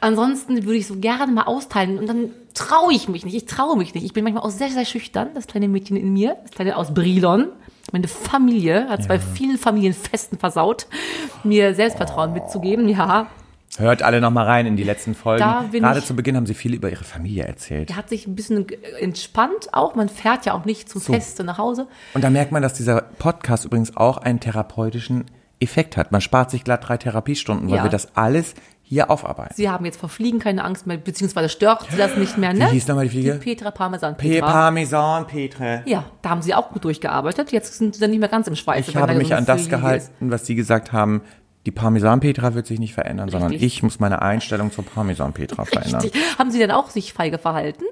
Speaker 2: Ansonsten würde ich so gerne mal austeilen und dann traue ich mich nicht. Ich traue mich nicht. Ich bin manchmal auch sehr, sehr schüchtern, das kleine Mädchen in mir, das kleine aus Brilon. Meine Familie hat es bei vielen Familienfesten versaut, mir Selbstvertrauen mitzugeben, ja.
Speaker 1: hört alle nochmal rein in die letzten Folgen.
Speaker 2: Da bin
Speaker 1: Gerade
Speaker 2: ich-
Speaker 1: zu Beginn haben Sie viel über Ihre Familie erzählt.
Speaker 2: Der hat sich ein bisschen äh, entspannt auch. Man fährt ja auch nicht zum Feste nach Hause.
Speaker 1: Und da merkt man, dass dieser Podcast übrigens auch einen therapeutischen Effekt hat. Man spart sich glatt drei Therapiestunden, weil
Speaker 2: Ja.
Speaker 1: wir das alles hier aufarbeiten.
Speaker 2: Sie haben jetzt vor Fliegen keine Angst mehr, beziehungsweise stört sie das nicht mehr, ne?
Speaker 1: Wie hieß nochmal die Fliege?
Speaker 2: Die Petra Parmesan.
Speaker 1: Pe-
Speaker 2: Petra.
Speaker 1: Parmesan, Petre.
Speaker 2: Ja, da haben sie auch gut durchgearbeitet. Jetzt sind sie dann nicht mehr ganz im Schweiß.
Speaker 1: Ich
Speaker 2: wenn
Speaker 1: habe
Speaker 2: da so
Speaker 1: mich
Speaker 2: eine
Speaker 1: an das
Speaker 2: Fliege ist.
Speaker 1: gehalten, was Sie gesagt haben. Die Parmesan Petra wird sich nicht verändern, sondern
Speaker 2: Richtig.
Speaker 1: ich muss meine Einstellung zur Parmesan Petra verändern.
Speaker 2: Richtig. Haben sie dann auch sich feige verhalten?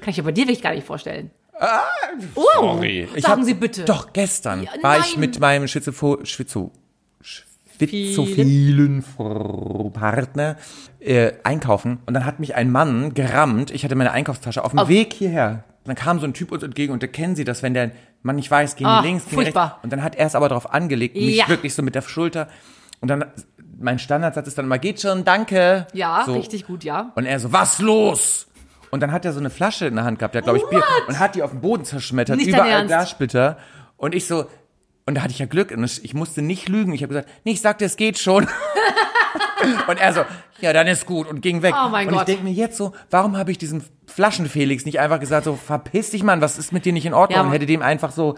Speaker 2: Kann ich aber dir wirklich gar nicht vorstellen. Ah,
Speaker 1: Sorry. Ich
Speaker 2: Sagen
Speaker 1: hab-
Speaker 2: Sie bitte.
Speaker 1: Doch, gestern war ich
Speaker 2: nein.
Speaker 1: mit meinem Schizopho Schwizo schwizophilen Fr- Partner äh, einkaufen und dann hat mich ein Mann gerammt. Ich hatte meine Einkaufstasche auf dem Weg hierher. Dann kam so ein Typ uns entgegen und da kennen Sie das, wenn der Mann nicht weiß, gehen
Speaker 2: Ah,
Speaker 1: die links, gehen die rechts.
Speaker 2: furchtbar.
Speaker 1: Und dann hat er es aber darauf angelegt, mich
Speaker 2: Ja.
Speaker 1: wirklich so mit der Schulter. Und dann, mein Standardsatz ist dann immer, geht schon, danke.
Speaker 2: Ja,
Speaker 1: so.
Speaker 2: richtig gut, ja.
Speaker 1: Und er so, was los? Und dann hat er so eine Flasche in der Hand gehabt, der hat, glaube ich, Bier.
Speaker 2: What?
Speaker 1: Und hat die auf den Boden zerschmettert,
Speaker 2: Nicht dein
Speaker 1: überall
Speaker 2: Ernst.
Speaker 1: Glassplitter. Und ich so, und da hatte ich ja Glück. Und ich ich musste nicht lügen. Ich habe gesagt, nee, ich sagte, es geht schon. und er so, ja, dann ist gut. Und ging weg.
Speaker 2: Oh mein
Speaker 1: und
Speaker 2: Gott.
Speaker 1: ich denke mir jetzt so, warum habe ich diesem Flaschenfelix nicht einfach gesagt, so, verpiss dich, Mann, was ist mit dir nicht in Ordnung?
Speaker 2: Ja,
Speaker 1: und
Speaker 2: Mann.
Speaker 1: hätte dem einfach so,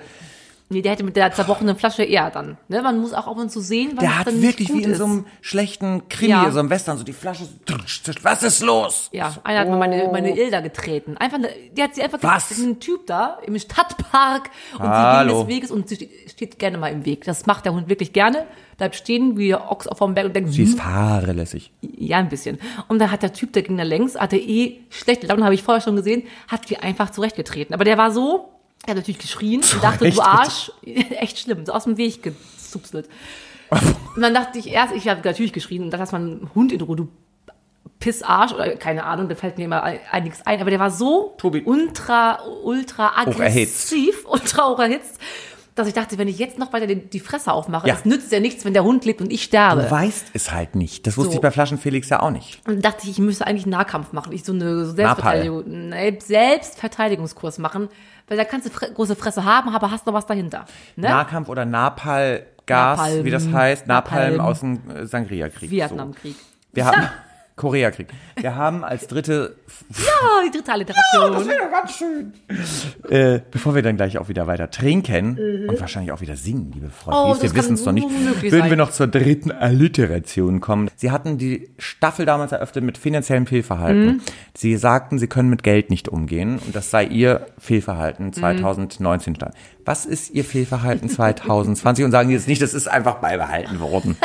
Speaker 2: Nee, der hätte mit der zerbrochenen Flasche eher dann. Ne? Man muss auch ab und zu sehen, was
Speaker 1: der hat
Speaker 2: dann
Speaker 1: wirklich
Speaker 2: nicht gut
Speaker 1: wie in
Speaker 2: ist.
Speaker 1: so einem schlechten Krimi,
Speaker 2: Ja.
Speaker 1: so einem Western, so die Flasche, so, was ist los?
Speaker 2: Ja, einer hat mal meine, meine Ilda getreten. Einfach, eine- die hat sie einfach
Speaker 1: Was?
Speaker 2: Das ist ein Typ da im Stadtpark und
Speaker 1: Hallo.
Speaker 2: sie ging des Weges und sie ste- steht gerne mal im Weg. Das macht der Hund wirklich gerne. Bleibt stehen wie der Ochs auf dem Berg und denkt,
Speaker 1: Die ist
Speaker 2: hm,
Speaker 1: fahrlässig.
Speaker 2: ja, ein bisschen. Und da hat der Typ, der ging da längs, hatte eh schlechte Laune, habe ich vorher schon gesehen, hat die einfach zurechtgetreten. Aber der war so, er hat natürlich geschrien und dachte, du Arsch, echt schlimm, so aus dem Weg gezupselt. Und dann dachte ich erst, ich habe natürlich geschrien, und dann lass mal einen Hund in Ruhe, du Pissarsch oder keine Ahnung, da fällt mir immer ein- einiges ein. Aber der war so
Speaker 1: Tobi.
Speaker 2: ultra, ultra
Speaker 1: Hocherhitzt.
Speaker 2: aggressiv, ultra hocherhitzt, dass ich dachte, wenn ich jetzt noch weiter die, die Fresse aufmache,
Speaker 1: Ja.
Speaker 2: das nützt ja nichts, wenn der Hund lebt und ich sterbe.
Speaker 1: Du weißt es halt nicht. Das wusste
Speaker 2: Äh, So.
Speaker 1: ich bei Flaschenfelix ja auch nicht.
Speaker 2: Und dachte ich, ich müsste eigentlich einen Nahkampf machen. Ich so eine so Selbstverteidigung, nee, Selbstverteidigungskurs machen. Weil da kannst du fre große Fresse haben, aber hast noch was dahinter. Ne?
Speaker 1: Nahkampf oder Napalgas,
Speaker 2: Napalm.
Speaker 1: wie das heißt. Napalm,
Speaker 2: Napalm.
Speaker 1: aus dem äh, Sangria-Krieg. So.
Speaker 2: Vietnamkrieg.
Speaker 1: Wir haben Koreakrieg. Wir haben als dritte,
Speaker 2: Oh, die dritte Alliteration.
Speaker 1: äh, bevor wir dann gleich auch wieder weiter trinken und wahrscheinlich auch wieder singen, liebe Frau
Speaker 2: Mhm. Oh,
Speaker 1: Fies, wir
Speaker 2: das kann
Speaker 1: wissen es noch nicht,
Speaker 2: unmöglich
Speaker 1: würden wir
Speaker 2: sein.
Speaker 1: noch zur dritten Alliteration kommen. Sie hatten die Staffel damals eröffnet mit finanziellem Fehlverhalten.
Speaker 2: Mhm.
Speaker 1: Sie sagten, sie können mit Geld nicht umgehen und das sei ihr
Speaker 2: Mhm.
Speaker 1: Fehlverhalten 2019 stand. Was ist ihr Fehlverhalten 2020 und sagen Sie jetzt nicht, das ist einfach beibehalten worden.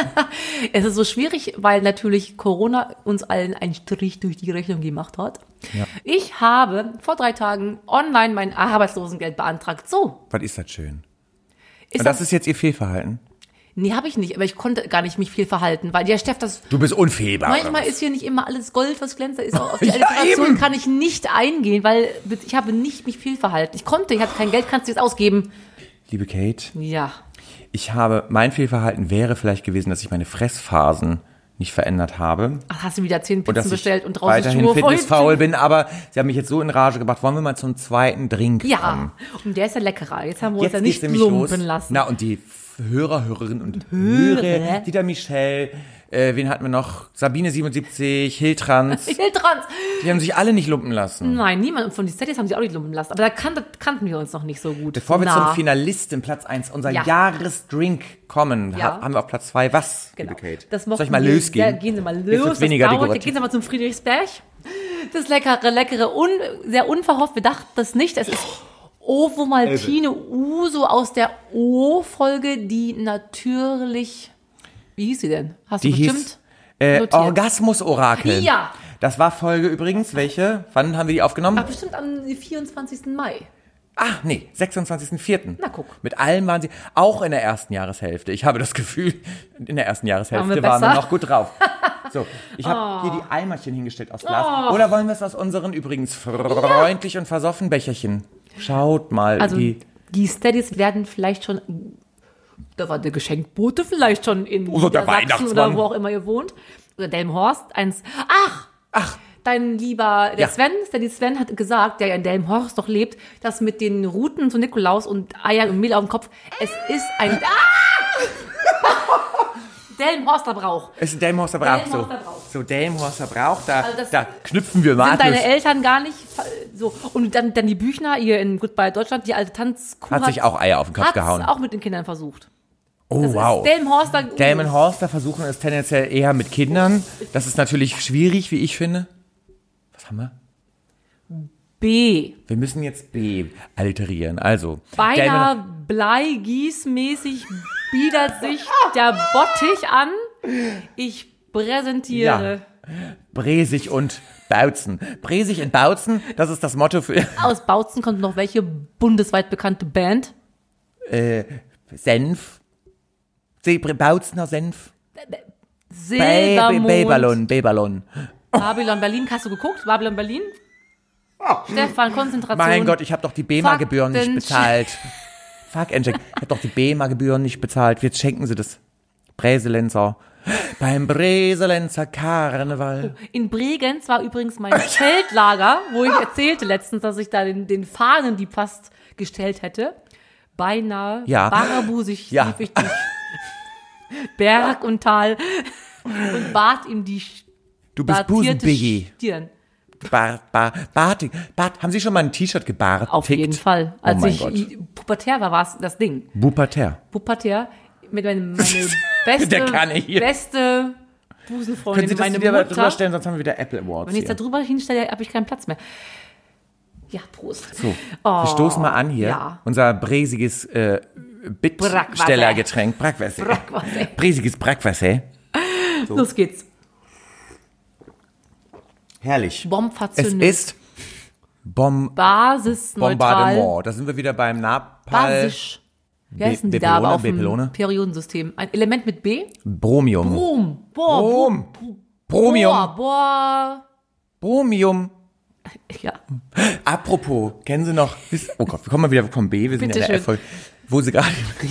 Speaker 2: Es ist so schwierig, weil natürlich Corona uns allen einen Strich durch die Rechnung gemacht hat. Ich habe vor drei Tagen online mein Arbeitslosengeld beantragt. So,
Speaker 1: Was ist das schön?
Speaker 2: ist
Speaker 1: Und das ist jetzt ihr Fehlverhalten.
Speaker 2: Nee, habe ich nicht, aber ich konnte gar nicht mich viel verhalten, weil der Steff das
Speaker 1: Du bist unfehlbar. oder
Speaker 2: Manchmal
Speaker 1: was?
Speaker 2: ist hier nicht immer alles Gold, was glänzt. Da Ist auch auf die
Speaker 1: Ja,
Speaker 2: Alliteration
Speaker 1: eben.
Speaker 2: kann ich nicht eingehen, weil ich habe nicht mich viel verhalten. Ich konnte, ich hatte kein Geld, kannst du jetzt ausgeben.
Speaker 1: Liebe Kate,
Speaker 2: Ja.
Speaker 1: Ich habe, mein Fehlverhalten wäre vielleicht gewesen, dass ich meine Fressphasen nicht verändert habe.
Speaker 2: Ach, hast du wieder zehn
Speaker 1: Und
Speaker 2: Pizzen
Speaker 1: dass ich
Speaker 2: bestellt und draußen
Speaker 1: weiterhin
Speaker 2: Schuhe voll.
Speaker 1: fitnessfaul bin, aber sie haben mich jetzt so in Rage gebracht. Wollen wir mal zum zweiten Drink kommen?
Speaker 2: Ja, und der ist ja leckerer. Jetzt haben wir uns ja
Speaker 1: geht's
Speaker 2: nicht
Speaker 1: nämlich
Speaker 2: lumpen lassen.
Speaker 1: Na, und die F- Hörer, Hörerinnen und Hörer,
Speaker 2: Hörer.
Speaker 1: Dieter Michel, äh, wen hatten wir noch? Sabine77, Hiltrans,
Speaker 2: Ich will dran.
Speaker 1: die haben sich alle nicht lumpen lassen.
Speaker 2: Nein, niemand von den Steadies haben sie auch nicht lumpen lassen. Aber da kannte, kannten wir uns noch nicht so gut.
Speaker 1: Bevor wir
Speaker 2: Na,
Speaker 1: zum Finalisten Platz 1, unser
Speaker 2: Ja.
Speaker 1: Jahresdrink kommen, ha-
Speaker 2: Ja.
Speaker 1: haben wir auf Platz 2 was,
Speaker 2: Genau.
Speaker 1: liebe Kate?
Speaker 2: Das
Speaker 1: Soll
Speaker 2: mochten
Speaker 1: ich mal
Speaker 2: wir.
Speaker 1: losgehen?
Speaker 2: Ja, gehen Sie mal
Speaker 1: Jetzt
Speaker 2: los.
Speaker 1: wird's weniger
Speaker 2: das dauert.
Speaker 1: dekorativ.
Speaker 2: Gehen Sie mal zum Friedrichsberg. Das leckere, leckere, un, sehr unverhofft. Wir dachten das nicht. Es ist
Speaker 1: Oh.
Speaker 2: Ovo Maltine Uso aus der O-Folge, die natürlich. Wie hieß sie denn? Hast
Speaker 1: Die
Speaker 2: du
Speaker 1: hieß
Speaker 2: bestimmt?
Speaker 1: äh,
Speaker 2: notiert.
Speaker 1: Orgasmus-Orakel.
Speaker 2: Ja.
Speaker 1: Das war Folge übrigens, welche? Wann haben wir die aufgenommen?
Speaker 2: Ach, bestimmt am 24. Mai.
Speaker 1: Ach nee, 26.04.
Speaker 2: Na, guck.
Speaker 1: Mit allem waren sie auch in der ersten Jahreshälfte. Ich habe das Gefühl, in der ersten Jahreshälfte
Speaker 2: Waren wir
Speaker 1: waren wir
Speaker 2: besser? Oh.
Speaker 1: noch gut drauf. So, ich habe hier die Eimerchen hingestellt aus Glas. Oder wollen wir es aus unseren übrigens freundlich und versoffen Becherchen? Schaut mal,
Speaker 2: Also
Speaker 1: die
Speaker 2: die, Steadies werden vielleicht schon. Da war der Geschenkbote vielleicht schon in
Speaker 1: Oder der
Speaker 2: Niedersachsen
Speaker 1: Weihnachtsmann.
Speaker 2: oder wo auch immer ihr wohnt. Oder Delmhorst. Eins. Ach! Ach! Dein lieber
Speaker 1: Ja.
Speaker 2: der Sven, Steady Sven hat gesagt, der ja in Delmhorst doch lebt, dass mit den Ruten zu Nikolaus und Eiern und Mehl auf dem Kopf, es ist ein. Ah!
Speaker 1: Ah!
Speaker 2: Delmhorster Brauch.
Speaker 1: es ist Delmhorster Brauch.
Speaker 2: Delmhorster
Speaker 1: so,
Speaker 2: Brauch.
Speaker 1: so Delmhorster Brauch, da,
Speaker 2: Also das
Speaker 1: da knüpfen wir mal
Speaker 2: Sind deine
Speaker 1: an.
Speaker 2: Eltern gar nicht ver- so. Und dann, dann die Büchner hier in Goodbye Deutschland, die alte Tanzkuh
Speaker 1: Hat sich auch Eier auf den Kopf
Speaker 2: hat's
Speaker 1: gehauen.
Speaker 2: auch mit den Kindern versucht.
Speaker 1: Oh,
Speaker 2: Das
Speaker 1: wow.
Speaker 2: ist Delmenhorster.
Speaker 1: Delmenhorst, da versuchen es tendenziell eher mit Kindern. Das ist natürlich schwierig, wie ich finde. Was haben wir?
Speaker 2: B.
Speaker 1: Wir müssen jetzt B alterieren. Also,
Speaker 2: Beinahe
Speaker 1: Delmen-
Speaker 2: bleigießmäßig biedert sich der Bottich an. Ich präsentiere
Speaker 1: Bresig und Bautzen. Bresig und Bautzen, das ist das Motto für
Speaker 2: aus Bautzen kommt noch welche bundesweit bekannte Band.
Speaker 1: Senf. See- Bre- Bautzener Senf. Be- Be-
Speaker 2: Silbermond.
Speaker 1: Beballon, Beballon.
Speaker 2: Babylon Berlin. Hast du geguckt? Babylon Berlin? Stefan, Konzentration.
Speaker 1: Oh. Mein Gott, ich habe doch die BEMA-Gebühren nicht
Speaker 2: Faktencheck.
Speaker 1: bezahlt. Fuck, Encheck. Ich habe doch die BEMA-Gebühren nicht bezahlt. Jetzt schenken sie das Breselenzer. Beim Breselenzer Karneval.
Speaker 2: In Bregenz war übrigens mein Zeltlager, wo ich erzählte letztens, dass ich da den, den Fahnen, die passt, gestellt hätte. Beinahe
Speaker 1: Ja.
Speaker 2: barabusig
Speaker 1: Ja.
Speaker 2: lief ich durch Berg und Tal und bat ihm die
Speaker 1: Du bist
Speaker 2: bartierte
Speaker 1: Busenbiggie.
Speaker 2: Stirn.
Speaker 1: Bar, bar, Bart, Bart, haben Sie schon mal ein T-Shirt gebartigt?
Speaker 2: Auf jeden Fall. Als
Speaker 1: oh mein
Speaker 2: ich
Speaker 1: Gott.
Speaker 2: pubertär war, war es das Ding.
Speaker 1: Bupater.
Speaker 2: Pubertär mit meinem meine beste,
Speaker 1: Der kann hier.
Speaker 2: beste
Speaker 1: Können Sie
Speaker 2: Busenfreundin,
Speaker 1: das
Speaker 2: meine
Speaker 1: wieder mal drüber
Speaker 2: Mutter.
Speaker 1: stellen, sonst haben wir wieder Apple Awards
Speaker 2: Wenn ich es da
Speaker 1: hier.
Speaker 2: drüber hinstelle, habe ich keinen Platz mehr. Ja, Prost.
Speaker 1: So, wir stoßen mal an hier.
Speaker 2: Oh, ja.
Speaker 1: Unser bräsiges äh, Bittstellergetränk. Brackwasser.
Speaker 2: Brackwasser.
Speaker 1: Bräsiges Brackwasser.
Speaker 2: Los geht's.
Speaker 1: Herrlich. Es
Speaker 2: Bombfazionell.
Speaker 1: ist Bom
Speaker 2: basisneutral.
Speaker 1: Bombardement. Da sind wir wieder beim Napal
Speaker 2: Basisch. Wie heißen
Speaker 1: Be-
Speaker 2: die da aber auf
Speaker 1: Bebelone?
Speaker 2: dem Periodensystem? Ein Element mit B?
Speaker 1: Bromium.
Speaker 2: Brom. Boah.
Speaker 1: Brom. Bromium.
Speaker 2: Boah. Boah.
Speaker 1: Bromium.
Speaker 2: Ja.
Speaker 1: Apropos, kennen Sie noch? wisst- Oh Gott, wir kommen mal wieder vom B, wir sind
Speaker 2: Bitte
Speaker 1: in der
Speaker 2: schön.
Speaker 1: F-Folge. Wo Sie gerade.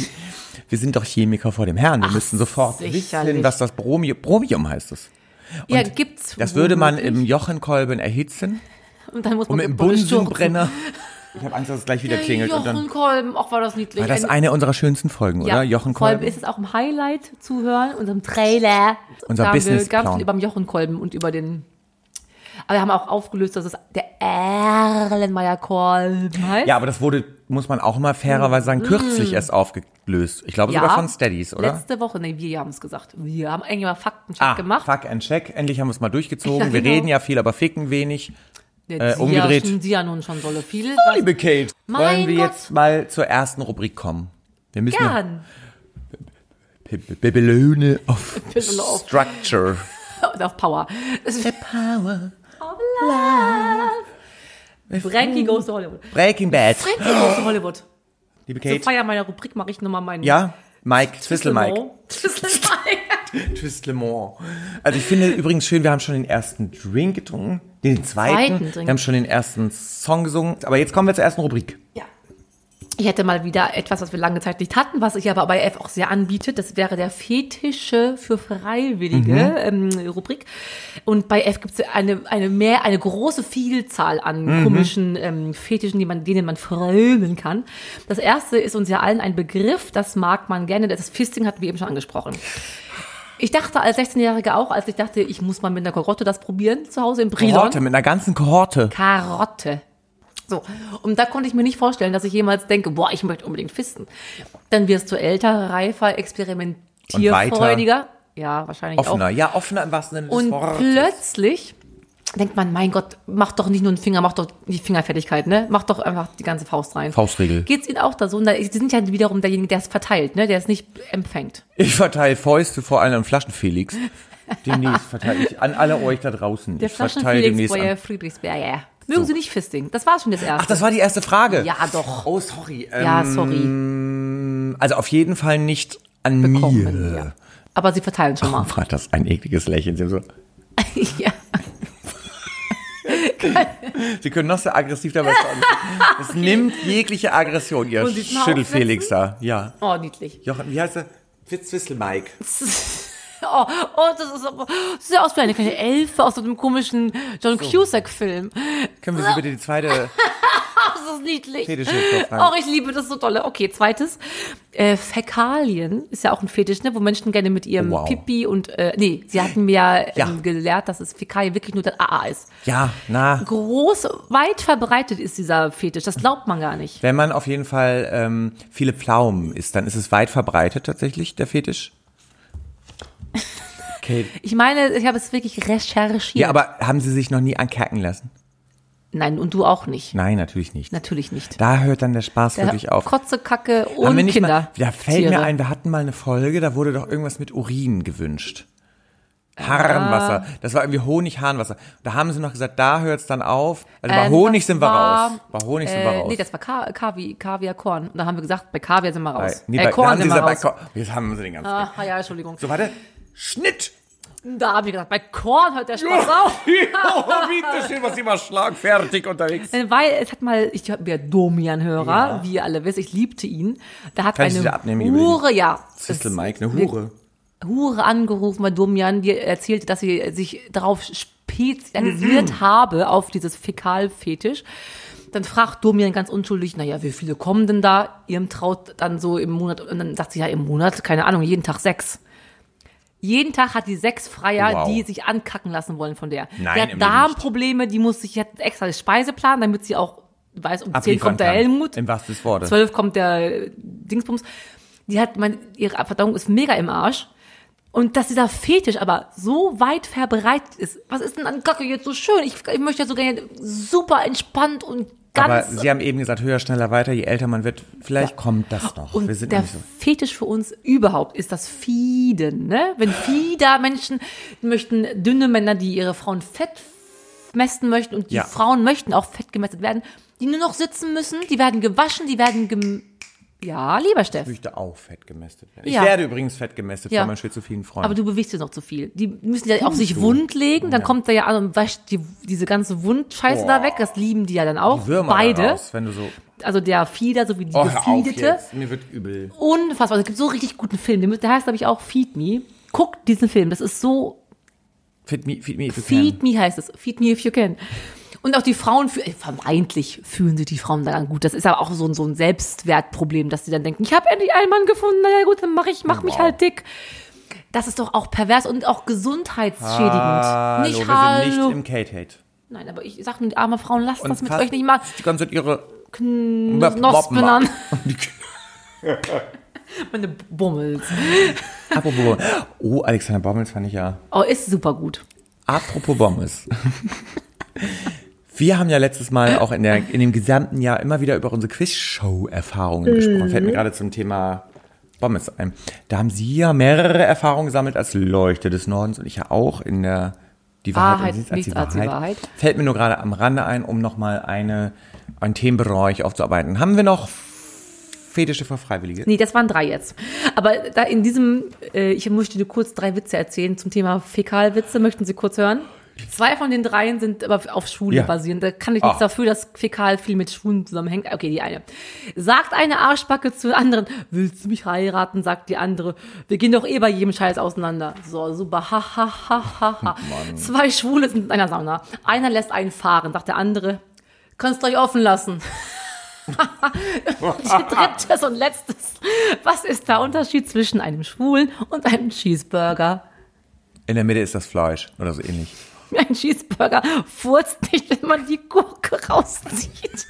Speaker 1: Wir sind doch Chemiker vor dem Herrn. Wir müssen sofort wissen,
Speaker 2: sicherlich.
Speaker 1: was das Bromium, Bromium heißt. Es.
Speaker 2: Ja, Oh gibt's.
Speaker 1: Das würde man um
Speaker 2: womöglich.
Speaker 1: im Jochenkolben erhitzen
Speaker 2: Und dann muss
Speaker 1: und
Speaker 2: man
Speaker 1: mit dem
Speaker 2: Bolle stürzen.
Speaker 1: Bunsenbrenner Ich habe Angst, dass es gleich wieder klingelt. Und
Speaker 2: Jochen
Speaker 1: dann
Speaker 2: Kolben, auch war das niedlich.
Speaker 1: war das
Speaker 2: Ein-
Speaker 1: eine unserer schönsten Folgen, oder? Jochen
Speaker 2: vor allem
Speaker 1: Kolben.
Speaker 2: ist es auch im Highlight zu hören, unserem Trailer.
Speaker 1: Unser
Speaker 2: da haben wir
Speaker 1: Businessplan.
Speaker 2: ganz viel über den Jochen Kolben und über den. Aber wir haben auch aufgelöst, dass es der Erlenmeyer Kolben heißt.
Speaker 1: Ja, aber das wurde, muss man auch mal fairerweise
Speaker 2: Mm.
Speaker 1: sagen, kürzlich erst aufgelöst. Ich glaube sogar von Steadies, oder?
Speaker 2: Letzte Woche, nee, wir haben es gesagt. Wir haben eigentlich mal Faktencheck
Speaker 1: ah,
Speaker 2: gemacht.
Speaker 1: Fuck and Check. Endlich haben wir es mal durchgezogen.
Speaker 2: Ja,
Speaker 1: Wir
Speaker 2: genau.
Speaker 1: reden ja viel, aber ficken wenig.
Speaker 2: Der
Speaker 1: äh, umgedreht.
Speaker 2: Dia, die ja nun schon solle viel.
Speaker 1: Oh, liebe Kate,
Speaker 2: Mein
Speaker 1: wollen wir
Speaker 2: Gott.
Speaker 1: jetzt mal zur ersten Rubrik kommen? Wir müssen ja
Speaker 2: Gern.
Speaker 1: P- P- P- Belöhne of
Speaker 2: Belöhne auf-
Speaker 1: Structure.
Speaker 2: Und auf Power. Es ist
Speaker 1: Power.
Speaker 2: Frankie Goes to Hollywood.
Speaker 1: Breaking Bad.
Speaker 2: Frankie Goes to Hollywood.
Speaker 1: Liebe
Speaker 2: Zur
Speaker 1: Kate.
Speaker 2: Feier meiner Rubrik mache ich nochmal meinen.
Speaker 1: Ja, Mike, Twistle Mike.
Speaker 2: Twistle-Mo. Twistle-Mike.
Speaker 1: Twistlemont. Also ich finde übrigens schön, wir haben schon den ersten Drink getrunken, den zweiten.
Speaker 2: Zweiten Drink.
Speaker 1: Wir haben schon den ersten Song gesungen. Aber jetzt kommen wir zur ersten Rubrik.
Speaker 2: Ja. Ich hätte mal wieder etwas, was wir lange Zeit nicht hatten, was sich aber bei F auch sehr anbietet. Das wäre der Fetische für Freiwillige ähm, Rubrik. Und bei F gibt es eine, eine mehr, eine große Vielzahl an komischen ähm, Fetischen, die man, denen man frönen kann. Das erste ist uns ja allen ein Begriff, das mag man gerne. Das Fisting hatten wir eben schon angesprochen. Ich dachte als 16-Jährige auch, als ich dachte, ich muss mal mit einer Karotte das probieren, zu Hause im Brilon.
Speaker 1: Kohorte, mit einer ganzen Kohorte.
Speaker 2: Karotte. So, und da konnte ich mir nicht vorstellen, dass ich jemals denke, boah, ich möchte unbedingt fisten. Dann wirst du älter, reifer, experimentierfreudiger. Ja, wahrscheinlich
Speaker 1: Offener,
Speaker 2: auch.
Speaker 1: ja, offener im wahrsten Sinne des
Speaker 2: Und
Speaker 1: Wortes.
Speaker 2: plötzlich denkt man, mein Gott, mach doch nicht nur einen Finger, mach doch die Fingerfertigkeit, ne? Mach doch einfach die ganze Faust rein.
Speaker 1: Faustregel.
Speaker 2: Geht's ihnen auch da so? Und da- Sie sind ja wiederum derjenige, der es verteilt, ne? Der es nicht empfängt.
Speaker 1: Ich verteile Fäuste vor allem an Flaschen, Felix. Demnächst verteile ich an alle euch da draußen.
Speaker 2: Der
Speaker 1: ich verteile demnächst
Speaker 2: Flaschenfelix-Boyer
Speaker 1: an.
Speaker 2: Friedrichsberger. Mögen Sie nicht fisting? Das war schon das erste.
Speaker 1: Ach, das war die erste Frage.
Speaker 2: Ja, doch.
Speaker 1: Oh, sorry. Ähm,
Speaker 2: ja, sorry.
Speaker 1: Also auf jeden Fall nicht an
Speaker 2: bekommen.
Speaker 1: mir.
Speaker 2: Ja. Aber sie verteilen schon mal.
Speaker 1: Warum hat das ein ekliges Lächeln? Sie, haben so,
Speaker 2: ja.
Speaker 1: Sie können noch so aggressiv dabei sein. Es nimmt jegliche Aggression, ihr
Speaker 2: Muss ich mal
Speaker 1: Schüttelfelix da. Ja.
Speaker 2: Oh, niedlich.
Speaker 1: Jochen, wie heißt er? Fitzwissel Mike.
Speaker 2: Oh, oh das ist aber das sieht aus wie eine kleine Elfe aus so einem komischen John Cusack-Film.
Speaker 1: Können wir Sie bitte die zweite
Speaker 2: Oh, das ist niedlich.
Speaker 1: fetische Frau
Speaker 2: Oh,
Speaker 1: fragen?
Speaker 2: ich liebe das so dolle. Okay, zweites. Äh, Fäkalien ist ja auch ein Fetisch, ne? wo Menschen gerne mit ihrem
Speaker 1: Wow.
Speaker 2: Pipi und, äh, nee, sie hatten mir ja, ähm,
Speaker 1: Ja.
Speaker 2: gelehrt, dass es Fäkalien wirklich nur das AA ist.
Speaker 1: Ja, na.
Speaker 2: Groß, weit verbreitet ist dieser Fetisch. Das glaubt man gar nicht.
Speaker 1: Wenn man auf jeden Fall ähm, viele Pflaumen isst, dann ist es weit verbreitet tatsächlich, der Fetisch. Okay.
Speaker 2: Ich meine, ich habe es wirklich recherchiert.
Speaker 1: Ja, aber haben Sie sich noch nie ankerken lassen?
Speaker 2: Nein, und du auch nicht.
Speaker 1: Nein, natürlich nicht.
Speaker 2: Natürlich nicht.
Speaker 1: Da hört dann der Spaß wirklich auf.
Speaker 2: Kotze, Kacke
Speaker 1: Haben wir
Speaker 2: und
Speaker 1: nicht
Speaker 2: Kinder.
Speaker 1: Mal, da fällt
Speaker 2: Tiere.
Speaker 1: mir ein, wir hatten mal eine Folge, da wurde doch irgendwas mit Urin gewünscht. Harnwasser.
Speaker 2: Ah.
Speaker 1: Das war irgendwie Honig-Harnwasser. Da haben sie noch gesagt, da hört's dann auf. Also bei
Speaker 2: Ähm,
Speaker 1: Honig
Speaker 2: das
Speaker 1: sind wir
Speaker 2: war,
Speaker 1: raus. Bei Honig sind wir
Speaker 2: Äh,
Speaker 1: raus.
Speaker 2: nee, das war Ka Kavi, Kaviar Korn. Und da haben wir gesagt, bei Kaviar sind wir
Speaker 1: bei,
Speaker 2: raus.
Speaker 1: nee,
Speaker 2: äh,
Speaker 1: bei, da
Speaker 2: Korn
Speaker 1: haben sie
Speaker 2: sind wir
Speaker 1: gesagt, bei
Speaker 2: raus.
Speaker 1: Korn. Jetzt haben wir sie den ganzen.
Speaker 2: Ah, ja, Entschuldigung.
Speaker 1: So, warte. Schnitt!
Speaker 2: Da haben wir gesagt, bei Korn hört der Spaß auf.
Speaker 1: oh, wie das schön, was immer schlagfertig unterwegs
Speaker 2: Denn Äh, Weil es hat mal, ich habe ja Domian-Hörer, wie ihr alle wisst, ich liebte ihn. Da hat
Speaker 1: Kannst du
Speaker 2: eine
Speaker 1: dir abnehmen, die
Speaker 2: Hure, ja.
Speaker 1: Zistel
Speaker 2: das-
Speaker 1: Mike, eine Hure.
Speaker 2: Hure angerufen bei Domian, die erzählte, dass sie sich darauf spezialisiert habe, auf dieses Fäkalfetisch. Dann fragt Domian ganz unschuldig, naja, wie viele kommen denn da? Ihrem traut dann so im Monat, und dann sagt sie, ja, im Monat, keine Ahnung, jeden Tag sechs. Jeden Tag hat die sechs Freier,
Speaker 1: Wow.
Speaker 2: die sich ankacken lassen wollen von der.
Speaker 1: Nein,
Speaker 2: die
Speaker 1: im Leben
Speaker 2: hat Darmprobleme, die muss sich, die hat einen extra Speiseplan, damit sie auch weiß, um zehn
Speaker 1: Abliefern
Speaker 2: kommt der
Speaker 1: kann.
Speaker 2: Helmut.
Speaker 1: Im wahrsten des Wortes.
Speaker 2: Zwölf kommt der äh, Dingsbums. Die hat, man, ihre Verdauung ist mega im Arsch. Und dass dieser Fetisch aber so weit verbreitet ist. Was ist denn an Gacke jetzt so schön? Ich, ich möchte ja so gerne super entspannt und
Speaker 1: Aber
Speaker 2: ganz.
Speaker 1: Sie haben eben gesagt, höher, schneller, weiter, je älter man wird, vielleicht kommt das noch.
Speaker 2: und
Speaker 1: wir sind noch
Speaker 2: der
Speaker 1: nicht so.
Speaker 2: Fetisch für uns überhaupt ist das Fieden, ne? Wenn Fieder Menschen möchten, dünne Männer, die ihre Frauen fett messen möchten und die
Speaker 1: Ja.
Speaker 2: Frauen möchten auch fett gemessen werden, die nur noch sitzen müssen, die werden gewaschen, die werden gem ja, lieber Steff.
Speaker 1: möchte auch fett gemästet werden. Ich
Speaker 2: Ja.
Speaker 1: werde übrigens fett gemästet
Speaker 2: Ja.
Speaker 1: von meinem schizophrenen Freund.
Speaker 2: Aber du bewegst jetzt noch zu viel. Die müssen ja auf sich wund legen, dann kommt der ja an und wäscht die, diese ganze Wundscheiße
Speaker 1: Boah.
Speaker 2: da weg. Das lieben die ja dann auch.
Speaker 1: Die Würmer
Speaker 2: Beide.
Speaker 1: da raus, wenn du so
Speaker 2: Also der Fieder sowie die
Speaker 1: oh, hör auf
Speaker 2: Gefiedete.
Speaker 1: jetzt. Mir wird übel.
Speaker 2: Unfassbar. Also Es gibt so richtig guten Film. Der mü- Der heißt, glaube ich, auch Feed Me. Guckt diesen Film. Das ist so.
Speaker 1: Feed me, feed me, if you
Speaker 2: Feed
Speaker 1: can.
Speaker 2: Me heißt es. Feed Me if you can. Und auch die Frauen, fühl- äh, vermeintlich fühlen sich die Frauen daran gut. Das ist aber auch so, ein- so ein Selbstwertproblem, dass sie dann denken, ich habe endlich einen Mann gefunden, naja gut, dann mache ich mach mich
Speaker 1: Genau.
Speaker 2: halt dick. Das ist doch auch pervers und auch gesundheitsschädigend.
Speaker 1: Hallo,
Speaker 2: nicht
Speaker 1: wir sind
Speaker 2: hallo.
Speaker 1: nicht im Kate-Hate.
Speaker 2: Nein, aber ich sag nur, arme Frauen, lasst
Speaker 1: Und
Speaker 2: das mit
Speaker 1: fast
Speaker 2: euch nicht machen.
Speaker 1: Die ganze Zeit ihre
Speaker 2: Knospen an.
Speaker 1: Die-
Speaker 2: Meine Bummels.
Speaker 1: Apropos, oh, Alexander Bommels fand ich ja.
Speaker 2: Oh, ist super gut.
Speaker 1: Apropos Bommels. Wir haben ja letztes Mal auch in, der, in dem gesamten Jahr immer wieder über unsere
Speaker 2: Mhm.
Speaker 1: Quizshow-Erfahrungen gesprochen. Fällt mir gerade zum Thema Bommes ein. Da haben Sie ja mehrere Erfahrungen gesammelt als Leuchte des Nordens und ich ja auch in der die Wahrheit,
Speaker 2: Wahrheit
Speaker 1: und
Speaker 2: liegt als die Wahrheit.
Speaker 1: Fällt mir nur gerade am Rande ein, um nochmal eine, einen Themenbereich aufzuarbeiten. Haben wir noch Fetische für Freiwillige?
Speaker 2: Nee, das waren drei jetzt. Aber da in diesem, äh, ich möchte dir kurz drei Witze erzählen zum Thema Fäkalwitze. Möchten Sie kurz hören? Zwei von den dreien sind aber auf Schwule
Speaker 1: Ja.
Speaker 2: basierend. Da kann ich nichts
Speaker 1: Ah.
Speaker 2: dafür, dass Fäkal viel mit Schwulen zusammenhängt. Okay, die eine. Sagt eine Arschbacke zur anderen, willst du mich heiraten? Sagt die andere, wir gehen doch eh bei jedem Scheiß auseinander. So, super, ha, ha, ha, ha, ha. Zwei Schwule sind in einer Sauna. Einer lässt einen fahren, sagt der andere, kannst euch offen lassen. Und drittes und letztes. Was ist der Unterschied zwischen einem Schwulen und einem Cheeseburger?
Speaker 1: In der Mitte ist das Fleisch oder so ähnlich.
Speaker 2: Ein Cheeseburger furzt nicht, wenn man die Gurke rauszieht.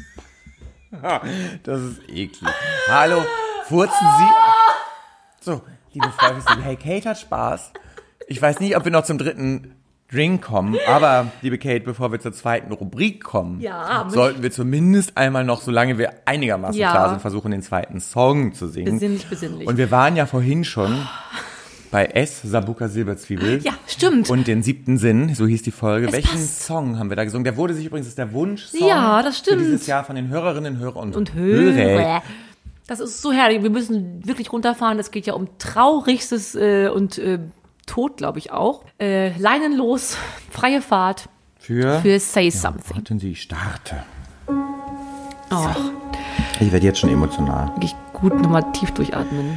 Speaker 1: Das ist eklig. Hallo, furzen Sie. So, liebe Frau Wissing, hey, Kate hat Spaß. Ich weiß nicht, ob wir noch zum dritten Drink kommen, aber, liebe Kate, bevor wir zur zweiten Rubrik kommen,
Speaker 2: Ja, mit-
Speaker 1: sollten wir zumindest einmal noch, solange wir einigermaßen
Speaker 2: Ja.
Speaker 1: klar sind, versuchen, den zweiten Song zu singen.
Speaker 2: Besinnlich, besinnlich.
Speaker 1: Und wir waren ja vorhin schon bei S, Sabuka Silberzwiebel.
Speaker 2: Ja, stimmt.
Speaker 1: Und den siebten Sinn, so hieß die Folge. Welchen
Speaker 2: passt.
Speaker 1: Song haben wir da gesungen? Der wurde sich übrigens, das ist der Wunschsong
Speaker 2: Ja, das
Speaker 1: für dieses
Speaker 2: stimmt.
Speaker 1: Jahr von den Hörerinnen, Hörern und,
Speaker 2: und
Speaker 1: Hörer.
Speaker 2: höre. Das ist so herrlich. Wir müssen wirklich runterfahren. Es geht ja um traurigstes äh, und äh, Tod, glaube ich auch. Äh, leinenlos, freie Fahrt
Speaker 1: Für,
Speaker 2: für Say Something.
Speaker 1: Warten Sie, ich starte.
Speaker 2: Oh,
Speaker 1: Ich werde jetzt schon emotional.
Speaker 2: wirklich gut nochmal tief durchatmen.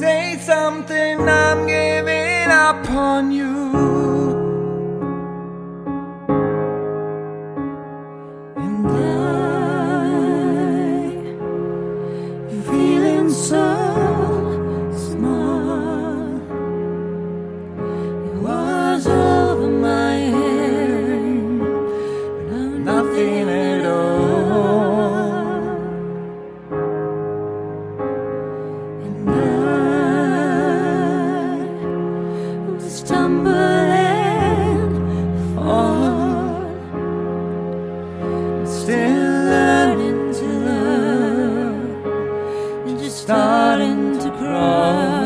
Speaker 1: Say something, I'm giving up on you. And I, feeling so small, it was over my head, nothing at all. I stumble and fall. Still learning to love and just starting to cry.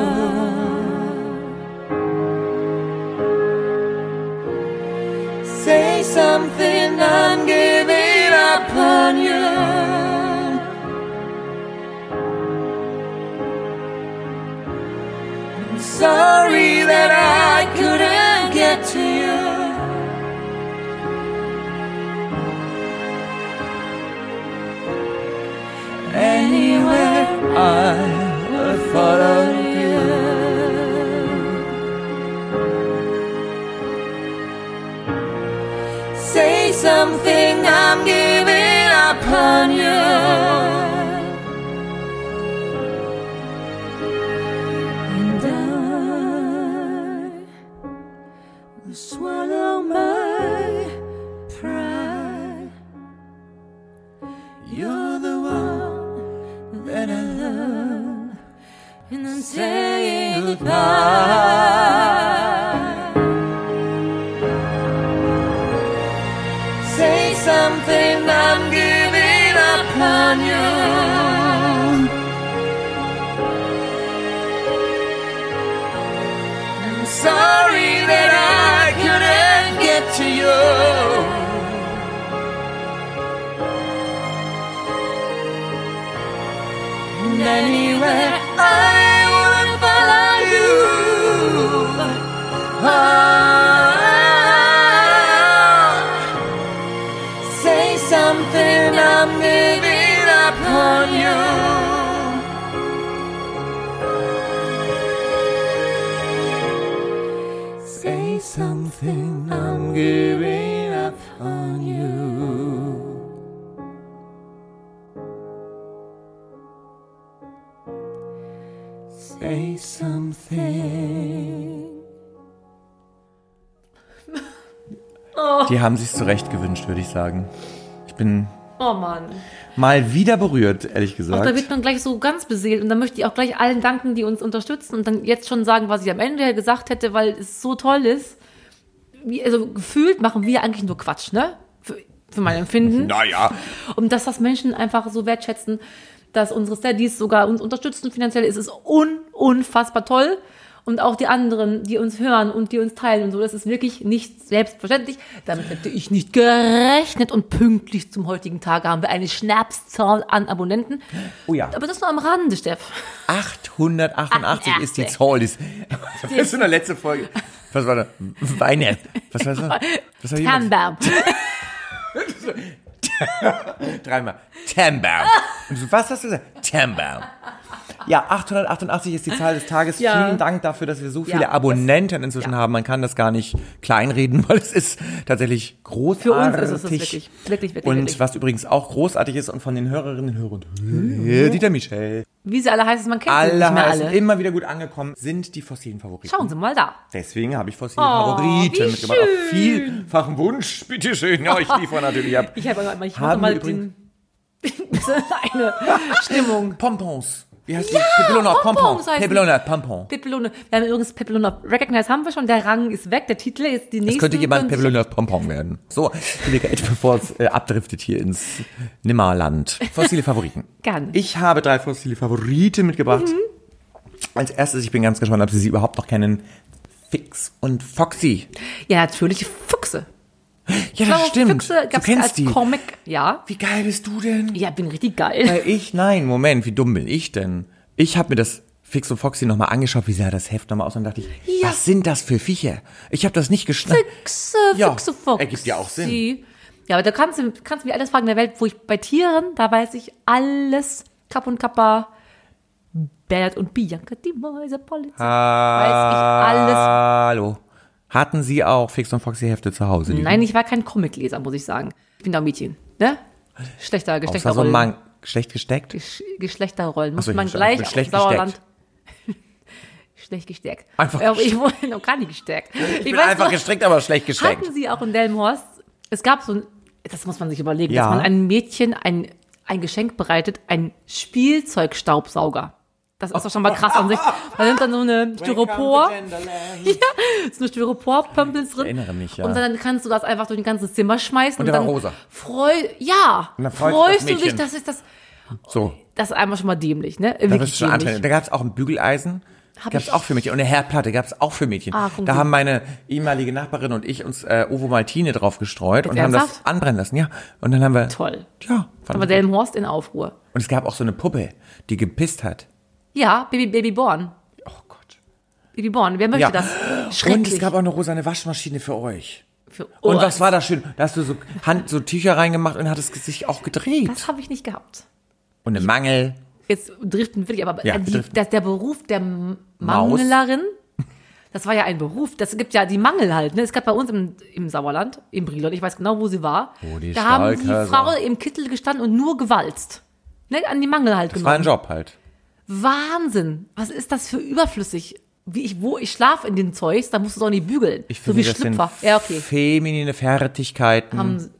Speaker 1: Say something, I'm giving up on you. Sorry that I couldn't get to you. Anywhere I would follow you. Say something, I'm giving up on you. And I will swallow my pride. You're the one that I love, and I'm saying goodbye. Say something, I'm giving up
Speaker 3: canyon. I'm sorry that I couldn't get to you. And anywhere I would follow you. Oh, Say something, I'm giving up on you. Say something, I'm giving up on you. Say something.
Speaker 1: Die haben sich's zurecht gewünscht, würde ich sagen. Ich bin
Speaker 2: Oh Mann.
Speaker 1: mal wieder berührt, ehrlich
Speaker 2: Auch da wird
Speaker 1: gesagt.
Speaker 2: man gleich so ganz beseelt und dann möchte ich auch gleich allen danken, die uns unterstützen und dann jetzt schon sagen, was ich am Ende gesagt hätte, weil es so toll ist. Wie, also gefühlt machen wir eigentlich nur Quatsch, ne? Für, für mein Empfinden.
Speaker 1: Naja,
Speaker 2: Und dass das Menschen einfach so wertschätzen, dass unsere Steadies sogar uns unterstützen finanziell, ist es un unfassbar toll. Und auch die anderen, die uns hören und die uns teilen und so, das ist wirklich nicht selbstverständlich. Damit hätte ich nicht gerechnet. Und pünktlich zum heutigen Tage haben wir eine Schnapszahl an Abonnenten.
Speaker 1: Oh ja.
Speaker 2: Aber das nur am Rande, Steff.
Speaker 1: 888 ist die
Speaker 2: 88.
Speaker 1: Zahl. Das das ist in der letzten Folge. Was war da? Weihnacht. Was war das? Was war jemand?
Speaker 2: Hamburg.
Speaker 1: Dreimal. Tambam. Und so, Was hast du gesagt? Tambam. Ja, 888 ist die Zahl des Tages.
Speaker 2: Ja.
Speaker 1: Vielen Dank dafür, dass wir so
Speaker 2: Ja,
Speaker 1: viele
Speaker 2: das-
Speaker 1: Abonnenten inzwischen haben. Man kann das gar nicht kleinreden, weil es ist tatsächlich großartig.
Speaker 2: Für uns ist es das wirklich. Wirklich, wirklich.
Speaker 1: Und
Speaker 2: wirklich.
Speaker 1: was übrigens auch großartig ist und von den Hörerinnen, Hörern und Hörern, Dieter Michel,
Speaker 2: Wie sie alle heißen, man kennt sie
Speaker 1: alle
Speaker 2: Mhm. nicht mehr
Speaker 1: heißen
Speaker 2: alle.
Speaker 1: immer wieder gut angekommen, sind die fossilen Favoriten.
Speaker 2: Schauen Sie mal da.
Speaker 1: Deswegen habe ich fossile Favoriten
Speaker 2: Oh, wie
Speaker 1: mitgebracht. Auf vielfachen Wunsch, bitteschön. Ja, ich liefere natürlich ab.
Speaker 2: Ich habe mal, ich mache
Speaker 1: Haben wir
Speaker 2: mal
Speaker 1: übrigens-
Speaker 2: den, eine Stimmung.
Speaker 1: Pompons. Wie heißt die? Pepelona, Pompons.
Speaker 2: Pompons heißen die.
Speaker 1: Pepelona, Pompon.
Speaker 2: Pepelone. Wir haben übrigens Pepelone Recognize haben wir schon. Der Rang ist weg. Der Titel ist die nächste.
Speaker 1: Es könnte jemand Pepelona Pompon werden. So, liebe Kate, bevor es äh, abdriftet hier ins Nimmerland. Fossile Favoriten.
Speaker 2: Gerne.
Speaker 1: Ich habe drei fossile Favoriten mitgebracht.
Speaker 2: Mhm.
Speaker 1: Als erstes, ich bin ganz gespannt, ob Sie sie überhaupt noch kennen. Fix und Foxy.
Speaker 2: Ja, natürlich die Füchse.
Speaker 1: Ja,
Speaker 2: Blaue
Speaker 1: das stimmt.
Speaker 2: Füchse
Speaker 1: du
Speaker 2: gab's als
Speaker 1: kennst die.
Speaker 2: Comic. Ja.
Speaker 1: Wie geil bist du denn?
Speaker 2: Ja, bin richtig geil.
Speaker 1: Äh, Ich, nein, Moment, wie dumm bin ich denn? Ich habe mir das Fix und Foxy nochmal angeschaut, wie sah das Heft nochmal aus und dachte ich,
Speaker 2: Ja.
Speaker 1: was sind das für Viecher? Ich habe das nicht geschnappt.
Speaker 2: Füchse,
Speaker 1: Ja,
Speaker 2: Füchse, Fuchs.
Speaker 1: ergibt ja auch Sinn.
Speaker 2: Sie- Ja, aber da kannst du, kannst du mir alles fragen der Welt, wo ich bei Tieren, da weiß ich alles. Kapp und Kappa, Bert und Bianca, die Mäuse, Polizei. Weiß ich alles.
Speaker 1: Hallo. Hatten Sie auch Fix und Foxy Hefte zu Hause? liegen?
Speaker 2: Nein, ich war kein Comicleser, muss ich sagen. Ich bin da ein Mädchen, ne? Schlechter
Speaker 1: Äh, Außer so
Speaker 2: Geschlechterrollen.
Speaker 1: Mann. Schlecht gesteckt?
Speaker 2: Gesch Geschlechterrollen. Muss
Speaker 1: Ach so, ich
Speaker 2: man
Speaker 1: hab schon-
Speaker 2: gleich
Speaker 1: ich bin
Speaker 2: auf
Speaker 1: schlecht
Speaker 2: Sauerland. schlecht gestärkt.
Speaker 1: Einfach
Speaker 2: Aber ich wurde noch gar nicht gestärkt.
Speaker 1: Ich bin einfach gestreckt, aber schlecht gesteckt.
Speaker 2: Hatten Sie auch in Delmhorst, es gab so ein, das muss man sich überlegen,
Speaker 1: Ja.
Speaker 2: dass man einem Mädchen ein, ein Geschenk bereitet, ein Spielzeugstaubsauger. Das ist doch schon mal krass an sich. Da nimmt dann so eine Styropor, ja, ist eine Styropor-Pömpel drin.
Speaker 1: Ich erinnere mich, ja.
Speaker 2: Und dann kannst du das einfach durch ein ganzes Zimmer schmeißen.
Speaker 1: Und der
Speaker 2: dann
Speaker 1: war rosa.
Speaker 2: Freu, ja,
Speaker 1: Und dann freut sich das
Speaker 2: freust du dich,
Speaker 1: Mädchen.
Speaker 2: dass ich das
Speaker 1: So,
Speaker 2: das ist einmal schon mal dämlich, ne?
Speaker 1: da
Speaker 2: Wirklich
Speaker 1: wirst du schon anstrengen.
Speaker 2: dämlich.
Speaker 1: Da gab es auch ein Bügeleisen.
Speaker 2: Hab
Speaker 1: gab es
Speaker 2: ich-
Speaker 1: auch für Mädchen. Und eine Herdplatte gab es auch für Mädchen.
Speaker 2: Ah, guck
Speaker 1: da
Speaker 2: mal.
Speaker 1: haben meine ehemalige Nachbarin und ich uns äh, Ovomaltine drauf gestreut und haben das
Speaker 2: ernsthaft?
Speaker 1: anbrennen lassen. Ja, und dann haben wir...
Speaker 2: Toll.
Speaker 1: Ja, fand
Speaker 2: Aber
Speaker 1: ich gut.
Speaker 2: Delmenhorst in Aufruhr.
Speaker 1: Und es gab auch so eine Puppe, die gepisst hat.
Speaker 2: Ja, Baby, Baby Born.
Speaker 1: Oh Gott.
Speaker 2: Baby Born, wer möchte
Speaker 1: Ja.
Speaker 2: das?
Speaker 1: Und
Speaker 2: Schrecklich. Oh,
Speaker 1: es gab auch eine rosane Waschmaschine für euch.
Speaker 2: Für
Speaker 1: Und
Speaker 2: Ohr.
Speaker 1: was war da schön? Da hast du so, Hand, so Tücher reingemacht und hat es sich auch gedreht.
Speaker 2: Das habe ich nicht gehabt.
Speaker 1: Und eine Mangel.
Speaker 2: Jetzt driften will ich, aber äh,
Speaker 1: Ja, wir
Speaker 2: die,
Speaker 1: driften.
Speaker 2: dass der Beruf der M- Mangelerin, das war ja ein Beruf, das gibt ja die Mangel halt. Ne? Es gab bei uns im, im Sauerland, im Brilon, ich weiß genau, wo sie war,
Speaker 1: Oh, die
Speaker 2: da haben die
Speaker 1: Stahlkaiser.
Speaker 2: Frau im Kittel gestanden und nur gewalzt. Ne? An die Mangel halt
Speaker 1: Das war
Speaker 2: genommen.
Speaker 1: ein Job halt.
Speaker 2: Wahnsinn! Was ist das für überflüssig? Wie ich, wo ich schlaf in den Zeugs, da musst du es auch nicht bügeln.
Speaker 1: Ich
Speaker 2: so
Speaker 1: finde,
Speaker 2: wie
Speaker 1: das sind
Speaker 2: Schlüpfer. Ja, okay.
Speaker 1: feminine Fertigkeiten.
Speaker 2: Haben, sie-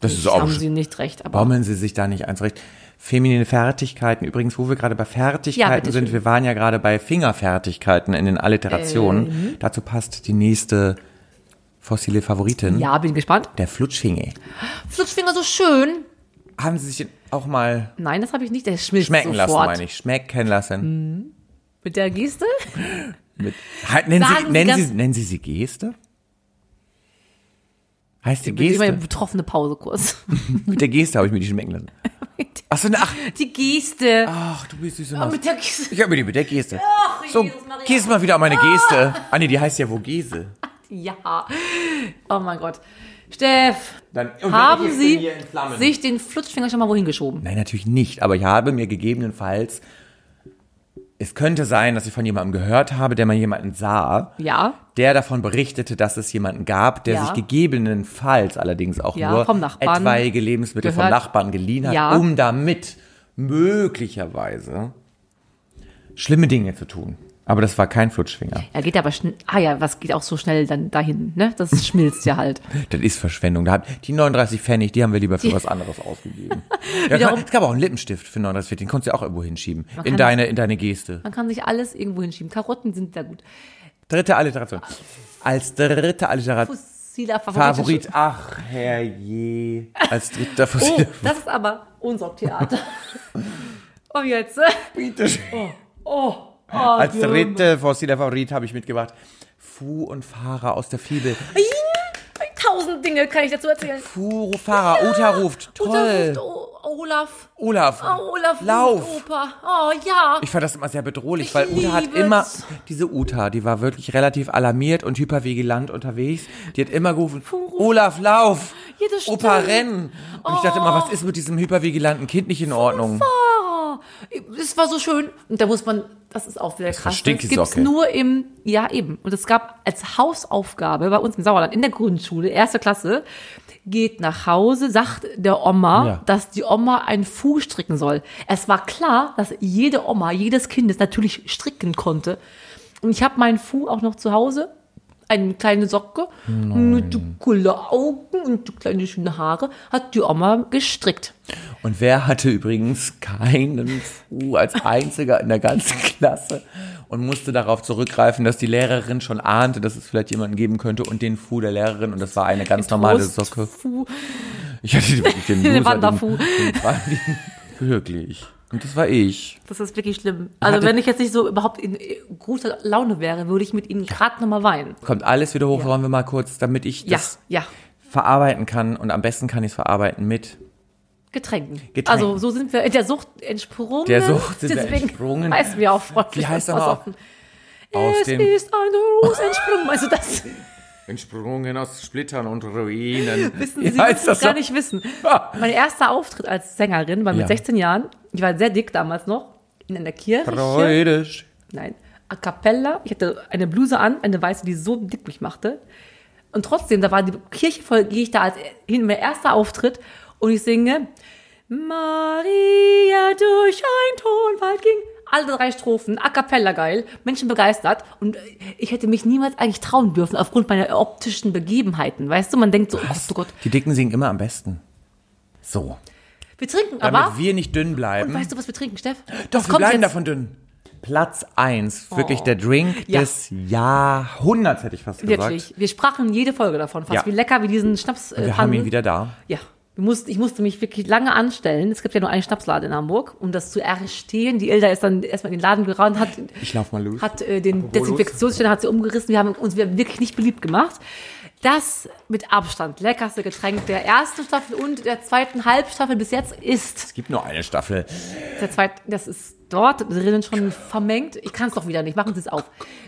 Speaker 1: das ist auch
Speaker 2: haben
Speaker 1: sch-
Speaker 2: sie nicht recht, aber
Speaker 1: Baumeln Sie sich da nicht eins recht. Feminine Fertigkeiten. Übrigens, wo wir gerade bei Fertigkeiten
Speaker 2: bitteschön.
Speaker 1: sind, wir waren ja gerade bei Fingerfertigkeiten in den
Speaker 2: Äh,
Speaker 1: Alliterationen.
Speaker 2: mhm.
Speaker 1: Dazu passt die nächste fossile Favoritin.
Speaker 2: ja, bin gespannt.
Speaker 1: Der Flutschfinger.
Speaker 2: Flutschfinger so schön.
Speaker 1: Haben Sie sich den auch mal
Speaker 2: Nein, das habe ich nicht. Der schmilzt
Speaker 1: schmecken
Speaker 2: sofort. Mhm.
Speaker 1: lassen, meine ich. Schmecken lassen.
Speaker 2: Mit der Geste?
Speaker 1: Mit, halt, nennen,
Speaker 2: Sagen
Speaker 1: Sie,
Speaker 2: Sie
Speaker 1: nennen,
Speaker 2: ganz-
Speaker 1: Sie, nennen Sie sie Geste? Heißt die
Speaker 2: Geste. Immer
Speaker 1: Geste?
Speaker 2: betroffene Pause kurz.
Speaker 1: Mit der Geste habe ich mir die schmecken lassen. Ach so, na, ach,
Speaker 2: Die Geste.
Speaker 1: ach, du bist süße Maus.
Speaker 2: mit der Geste.
Speaker 1: Ich habe mir die mit der Geste. so,
Speaker 2: Jesus Maria.
Speaker 1: gehst mal wieder an meine Geste. Ah, nee, die heißt ja Vogese.
Speaker 2: Ja. Oh mein Gott. Steff,
Speaker 1: Dann- und wenn ich
Speaker 2: haben
Speaker 1: jetzt bin
Speaker 2: Sie
Speaker 1: hier in Flammen.
Speaker 2: sich den Flutschfinger schon mal wohin geschoben?
Speaker 1: Nein, natürlich nicht. Aber ich habe mir gegebenenfalls. Es könnte sein, dass ich von jemandem gehört habe, der mal jemanden sah,
Speaker 2: Ja.
Speaker 1: der davon berichtete, dass es jemanden gab, der
Speaker 2: Ja.
Speaker 1: sich gegebenenfalls allerdings auch
Speaker 2: Ja,
Speaker 1: nur
Speaker 2: vom Nachbarn
Speaker 1: etwaige Lebensmittel vom
Speaker 2: gehört.
Speaker 1: Nachbarn geliehen hat,
Speaker 2: Ja.
Speaker 1: um damit möglicherweise schlimme Dinge zu tun. Aber das war kein Flutschfinger.
Speaker 2: Ja, geht aber schnell. Ah ja, was geht auch so schnell dann dahin, ne? Das schmilzt ja halt.
Speaker 1: Das ist Verschwendung. Da hab- Die 39 Pfennig, die haben wir lieber für was anderes ausgegeben. Ja, kann,
Speaker 2: Wiederum-
Speaker 1: es gab auch einen Lippenstift für 39 Pfennig, den konntest du ja auch irgendwo hinschieben. In
Speaker 2: kann-
Speaker 1: deine, in deine Geste.
Speaker 2: Man kann sich alles irgendwo hinschieben. Karotten sind da gut.
Speaker 1: Dritte Alliteration. Als dritte Alliteration.
Speaker 2: Fossiler Favorit.
Speaker 1: Favorit, ach herrje. Als dritter
Speaker 2: Oh,
Speaker 1: Fossil.
Speaker 2: das ist aber unser Theater. Und jetzt.
Speaker 1: Bitte schön.
Speaker 2: Oh, oh
Speaker 1: Als
Speaker 2: Junge.
Speaker 1: dritte fossiler Favorit habe ich mitgebracht. Fu und Fahrer aus der Fibel.
Speaker 2: Tausend Dinge kann ich dazu erzählen.
Speaker 1: Fu, Fahrer, Uta ruft. Toll.
Speaker 2: Unser ruft o Olaf.
Speaker 1: Olaf.
Speaker 2: Oh, Olaf
Speaker 1: Lauf.
Speaker 2: ruft Opa. Oh ja.
Speaker 1: Ich fand das immer sehr bedrohlich,
Speaker 2: Ich
Speaker 1: weil Uta hat
Speaker 2: lieb's.
Speaker 1: immer, diese Uta, die war wirklich relativ alarmiert und hypervigilant unterwegs. Die hat immer gerufen, Olaf, lauf!
Speaker 2: Ja, das
Speaker 1: Opa,
Speaker 2: stimmt.
Speaker 1: renn! Und ich dachte immer, was ist mit diesem hypervigilanten Kind nicht in Ordnung?
Speaker 2: Oh, es war so schön. Und da muss man, das ist auch wieder krass.
Speaker 1: versteht die
Speaker 2: das gibt's
Speaker 1: Socke.
Speaker 2: nur im, ja eben. Und es gab als Hausaufgabe bei uns im Sauerland in der Grundschule, erste Klasse, geht nach Hause, sagt der Oma,
Speaker 1: Ja.
Speaker 2: dass die Oma einen Fuß stricken soll. Es war klar, dass jede Oma, jedes Kind es natürlich stricken konnte. Und ich habe meinen Fuh auch noch zu Hause. Eine kleine Socke mit so coole Augen und so kleine schöne Haare hat die Oma gestrickt.
Speaker 1: Und wer hatte übrigens keinen Fu als einziger in der ganzen Klasse und musste darauf zurückgreifen, dass die Lehrerin schon ahnte, dass es vielleicht jemanden geben könnte und den Fu der Lehrerin und das war eine ganz normale Socke.
Speaker 2: Fuh.
Speaker 1: Ich hatte wirklich den
Speaker 2: Den
Speaker 1: Loser,
Speaker 2: Wanderfu.
Speaker 1: den- den Wandi- Wirklich. Und das war ich.
Speaker 2: Das ist wirklich schlimm. Also
Speaker 1: Hatte-
Speaker 2: wenn ich jetzt nicht so überhaupt in äh, guter Laune wäre, würde ich mit ihnen gerade nochmal weinen.
Speaker 1: Kommt alles wieder hoch, wollen wir mal kurz, damit ich
Speaker 2: Ja,
Speaker 1: das
Speaker 2: ja.
Speaker 1: verarbeiten kann. Und am besten kann ich es verarbeiten mit
Speaker 2: Getränken.
Speaker 1: Getränken.
Speaker 2: Also so sind wir in der Sucht entsprungen.
Speaker 1: Der Sucht sind wir
Speaker 2: Deswegen
Speaker 1: entsprungen.
Speaker 2: Heißen wir auch freundlich.
Speaker 1: Wie heißt
Speaker 2: und
Speaker 1: er mal?
Speaker 2: versoffen.
Speaker 1: aus
Speaker 2: Es
Speaker 1: dem
Speaker 2: ist ein Ruß entsprungen. Also das
Speaker 1: Entsprungen aus Splittern und Ruinen.
Speaker 2: wissen
Speaker 1: Wie
Speaker 2: Sie,
Speaker 1: heißt
Speaker 2: müssen es
Speaker 1: das
Speaker 2: gar
Speaker 1: so?
Speaker 2: nicht wissen.
Speaker 1: Ah.
Speaker 2: Mein erster Auftritt als Sängerin war mit
Speaker 1: Ja.
Speaker 2: 16 Jahren. Ich war sehr dick damals noch. In einer Kirche.
Speaker 1: Freudisch.
Speaker 2: Nein. A cappella. Ich hatte eine Bluse an, eine weiße, die so dick mich machte. Und trotzdem, da war die Kirche voll, gehe ich da als hin, mein erster Auftritt und ich singe Maria durch ein Tonwald ging. Alle drei Strophen, a cappella geil, Menschen begeistert. Und äh, ich hätte mich niemals eigentlich trauen dürfen, aufgrund meiner optischen Begebenheiten. Weißt du, man denkt so, oh Gott, oh Gott,
Speaker 1: Die Dicken singen immer am besten. So.
Speaker 2: wir trinken,
Speaker 1: Damit
Speaker 2: aber.
Speaker 1: wir nicht dünn bleiben.
Speaker 2: Und weißt du, was wir trinken, Steff?
Speaker 1: Doch,
Speaker 2: Das
Speaker 1: wir
Speaker 2: kommt
Speaker 1: bleiben
Speaker 2: jetzt. Oh.
Speaker 1: davon dünn. Platz 1, wirklich der Drink
Speaker 2: Ja.
Speaker 1: des Jahrhunderts, hätte ich fast gesagt.
Speaker 2: Wirklich. Wir sprachen jede Folge davon fast.
Speaker 1: Ja.
Speaker 2: Wie lecker wir diesen Schnaps äh,
Speaker 1: Wir haben ihn
Speaker 2: fanden.
Speaker 1: wieder da.
Speaker 2: Ja, ich musste, ich musste mich wirklich lange anstellen. Es gibt ja nur eine Schnapslade in Hamburg, um das zu erstehen. Die Ilda ist dann erstmal in den Laden gerannt, hat,
Speaker 1: Ich lauf mal los.
Speaker 2: hat äh, den Desinfektionsständer hat sie umgerissen. Wir haben uns wir haben wirklich nicht beliebt gemacht. Das mit Abstand leckerste Getränk der ersten Staffel und der zweiten Halbstaffel bis jetzt ist
Speaker 1: Es gibt nur eine Staffel.
Speaker 2: der zweite, das ist dort drinnen schon vermengt. Ich kann es doch wieder nicht. Machen Sie es auf.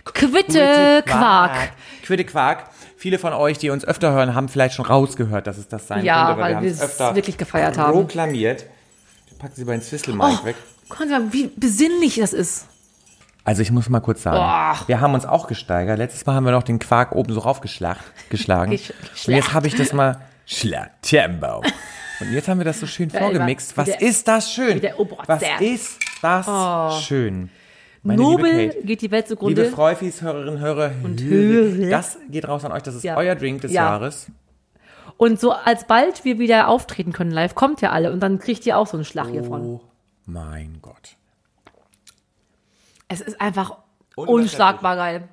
Speaker 2: Quitte Quark.
Speaker 1: Quitte Quark. Viele von euch, die uns öfter hören, haben vielleicht schon rausgehört, dass es das sein
Speaker 2: Ja,
Speaker 1: könnte,
Speaker 2: weil
Speaker 1: haben
Speaker 2: wir
Speaker 1: es
Speaker 2: es
Speaker 1: öfter
Speaker 2: wirklich gefeiert haben.
Speaker 1: Proklamiert. Packen Sie bei den Swizzle
Speaker 2: Oh,
Speaker 1: weg.
Speaker 2: guck mal, wie besinnlich das ist.
Speaker 1: Also ich muss mal kurz sagen,
Speaker 2: Boah.
Speaker 1: wir haben uns auch gesteigert. Letztes Mal haben wir noch den Quark oben so raufgeschlagen. Geschlagen.
Speaker 2: Gesch-
Speaker 1: Und jetzt habe ich das mal Schlag, Tempo. Und jetzt haben wir das so schön
Speaker 2: immer.
Speaker 1: vorgemixt. Was
Speaker 2: Wie der-
Speaker 1: ist das schön?
Speaker 2: der Oberst.
Speaker 1: Was ist das schön? Meine liebe
Speaker 2: Nobel
Speaker 1: Kate,
Speaker 2: geht die Welt zugrunde.
Speaker 1: liebe Freufis, Hörerinnen, Hörer, und
Speaker 2: Hörer.
Speaker 1: Das geht raus an euch. Das ist
Speaker 2: Ja.
Speaker 1: euer Drink des
Speaker 2: Ja.
Speaker 1: Jahres.
Speaker 2: Und so alsbald wir wieder auftreten können live, kommt ja alle und dann kriegt ihr auch so einen Schlag hiervon.
Speaker 1: Oh mein Gott.
Speaker 2: Es ist einfach
Speaker 1: Unübertrefflich.
Speaker 2: unschlagbar geil.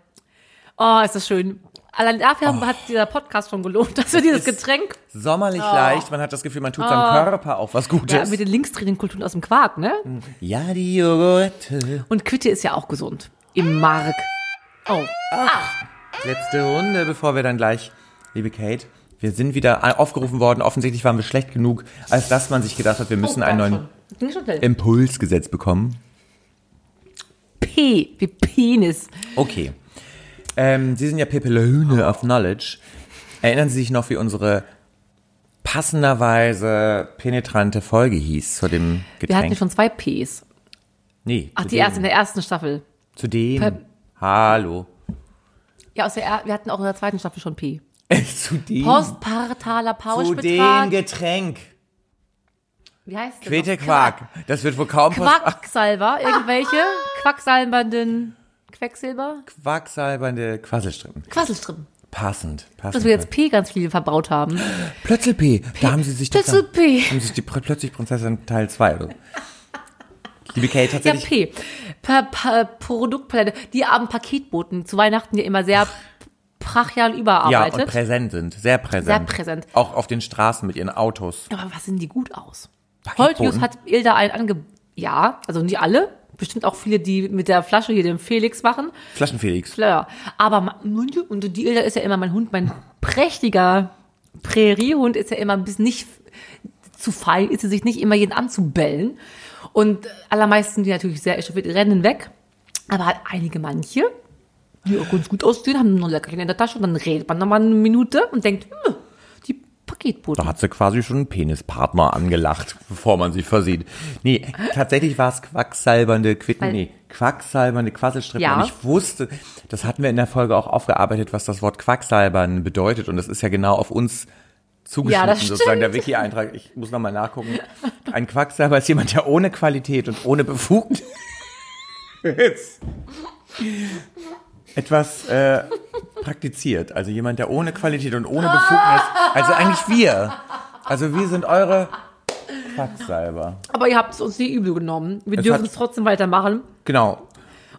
Speaker 2: Oh, ist das schön. Allein dafür hat dieser Podcast schon gelohnt, dass wir dieses Getränk
Speaker 1: Sommerlich leicht, man hat das Gefühl, man tut seinem Körper auch was
Speaker 2: Oh. ja,
Speaker 1: Gutes.
Speaker 2: mit den Linksdrehenden aus dem Quark, ne?
Speaker 1: Mhm. Ja, die Joghurte.
Speaker 2: Und Quitte ist ja auch gesund. Im Mark. Oh.
Speaker 1: Letzte Runde, bevor wir dann gleich, liebe Kate, wir sind wieder aufgerufen worden. Offensichtlich waren wir schlecht genug, als dass man sich gedacht hat, wir
Speaker 2: Oh,
Speaker 1: müssen einen neuen
Speaker 2: Ging schon schnell.
Speaker 1: Impulsgesetz bekommen.
Speaker 2: P, wie Penis.
Speaker 1: Okay. Ähm, Sie sind ja Pepelone of Knowledge. Erinnern Sie sich noch, wie unsere passenderweise penetrante Folge hieß zu dem
Speaker 2: Wir hatten
Speaker 1: Getränk?
Speaker 2: schon zwei Ps.
Speaker 1: nee,
Speaker 2: Ach,
Speaker 1: zu
Speaker 2: die
Speaker 1: dem.
Speaker 2: erste in der ersten Staffel.
Speaker 1: Zu dem.
Speaker 2: Pep-
Speaker 1: Hallo.
Speaker 2: Ja, aus der er wir hatten auch in der zweiten Staffel schon P.
Speaker 1: zu dem.
Speaker 2: Postpartaler
Speaker 1: zu dem
Speaker 2: Pauschbetrag.
Speaker 1: Getränk.
Speaker 2: Wie heißt das?
Speaker 1: Quete Quark. Das wird wohl kaum Quark.
Speaker 2: Quacksalber, irgendwelche quacksalbernden Quecksilber?
Speaker 1: Quacksalbernde Quasselstrippen.
Speaker 2: Quasselstrippen.
Speaker 1: Passend. passend.
Speaker 2: Dass wir jetzt P ganz viel verbraut haben.
Speaker 1: Plötzl P. Da haben sie sich doch
Speaker 2: Plötzl
Speaker 1: da-
Speaker 2: P.
Speaker 1: Haben sich die Pr- plötzlich Prinzessin Teil 2 oder so. Liebe Kate,
Speaker 2: Ja,
Speaker 1: tatsächlich.
Speaker 2: P. Pa pa Produktpalette. Die armen Paketboten zu Weihnachten ja immer sehr brachial
Speaker 1: Ja,
Speaker 2: überarbeitet.
Speaker 1: und präsent sind. Sehr präsent.
Speaker 2: Sehr präsent.
Speaker 1: Auch auf den Straßen mit ihren Autos.
Speaker 2: Aber was sind die gut aus?
Speaker 1: Paketboten?
Speaker 2: Holtjus hat Ilda einen ange... Ja, also nicht alle. Bestimmt auch viele, die mit der Flasche hier den Felix machen.
Speaker 1: Flaschenfelix.
Speaker 2: Fleur. Aber ma- und die Ilda ist ja immer mein Hund, mein prächtiger Präriehund ist ja immer ein bisschen nicht zu fein, ist sie sich nicht immer jeden anzubellen. Und allermeisten, die natürlich sehr echauffiert rennen weg. Aber halt einige manche, die auch ganz gut aussehen, haben noch Leckerchen in der Tasche und dann redet man nochmal eine Minute und denkt, hm, die Paketboten.
Speaker 1: Da hat sie quasi schon einen Penispartner angelacht, bevor man sie versieht. Nee, tatsächlich war es quacksalbernde Quitten,
Speaker 2: Weil-
Speaker 1: nee, quacksalbernde Quasselstrippen.
Speaker 2: Ja.
Speaker 1: Und ich wusste, das hatten wir in der Folge auch aufgearbeitet, was das Wort quacksalbern bedeutet. Und das ist ja genau auf uns zugeschnitten,
Speaker 2: Ja, das
Speaker 1: sozusagen der Wiki-Eintrag. Ich muss nochmal nachgucken. Ein Quacksalber ist jemand, der ohne Qualität und ohne Befugnis etwas äh, praktiziert. Also jemand, der ohne Qualität und ohne Befugnis, also eigentlich wir. Also wir sind eure Quacksalber.
Speaker 2: Aber ihr habt es uns nie übel genommen. Wir
Speaker 1: Es
Speaker 2: dürfen
Speaker 1: hat-
Speaker 2: es trotzdem weitermachen
Speaker 1: Genau.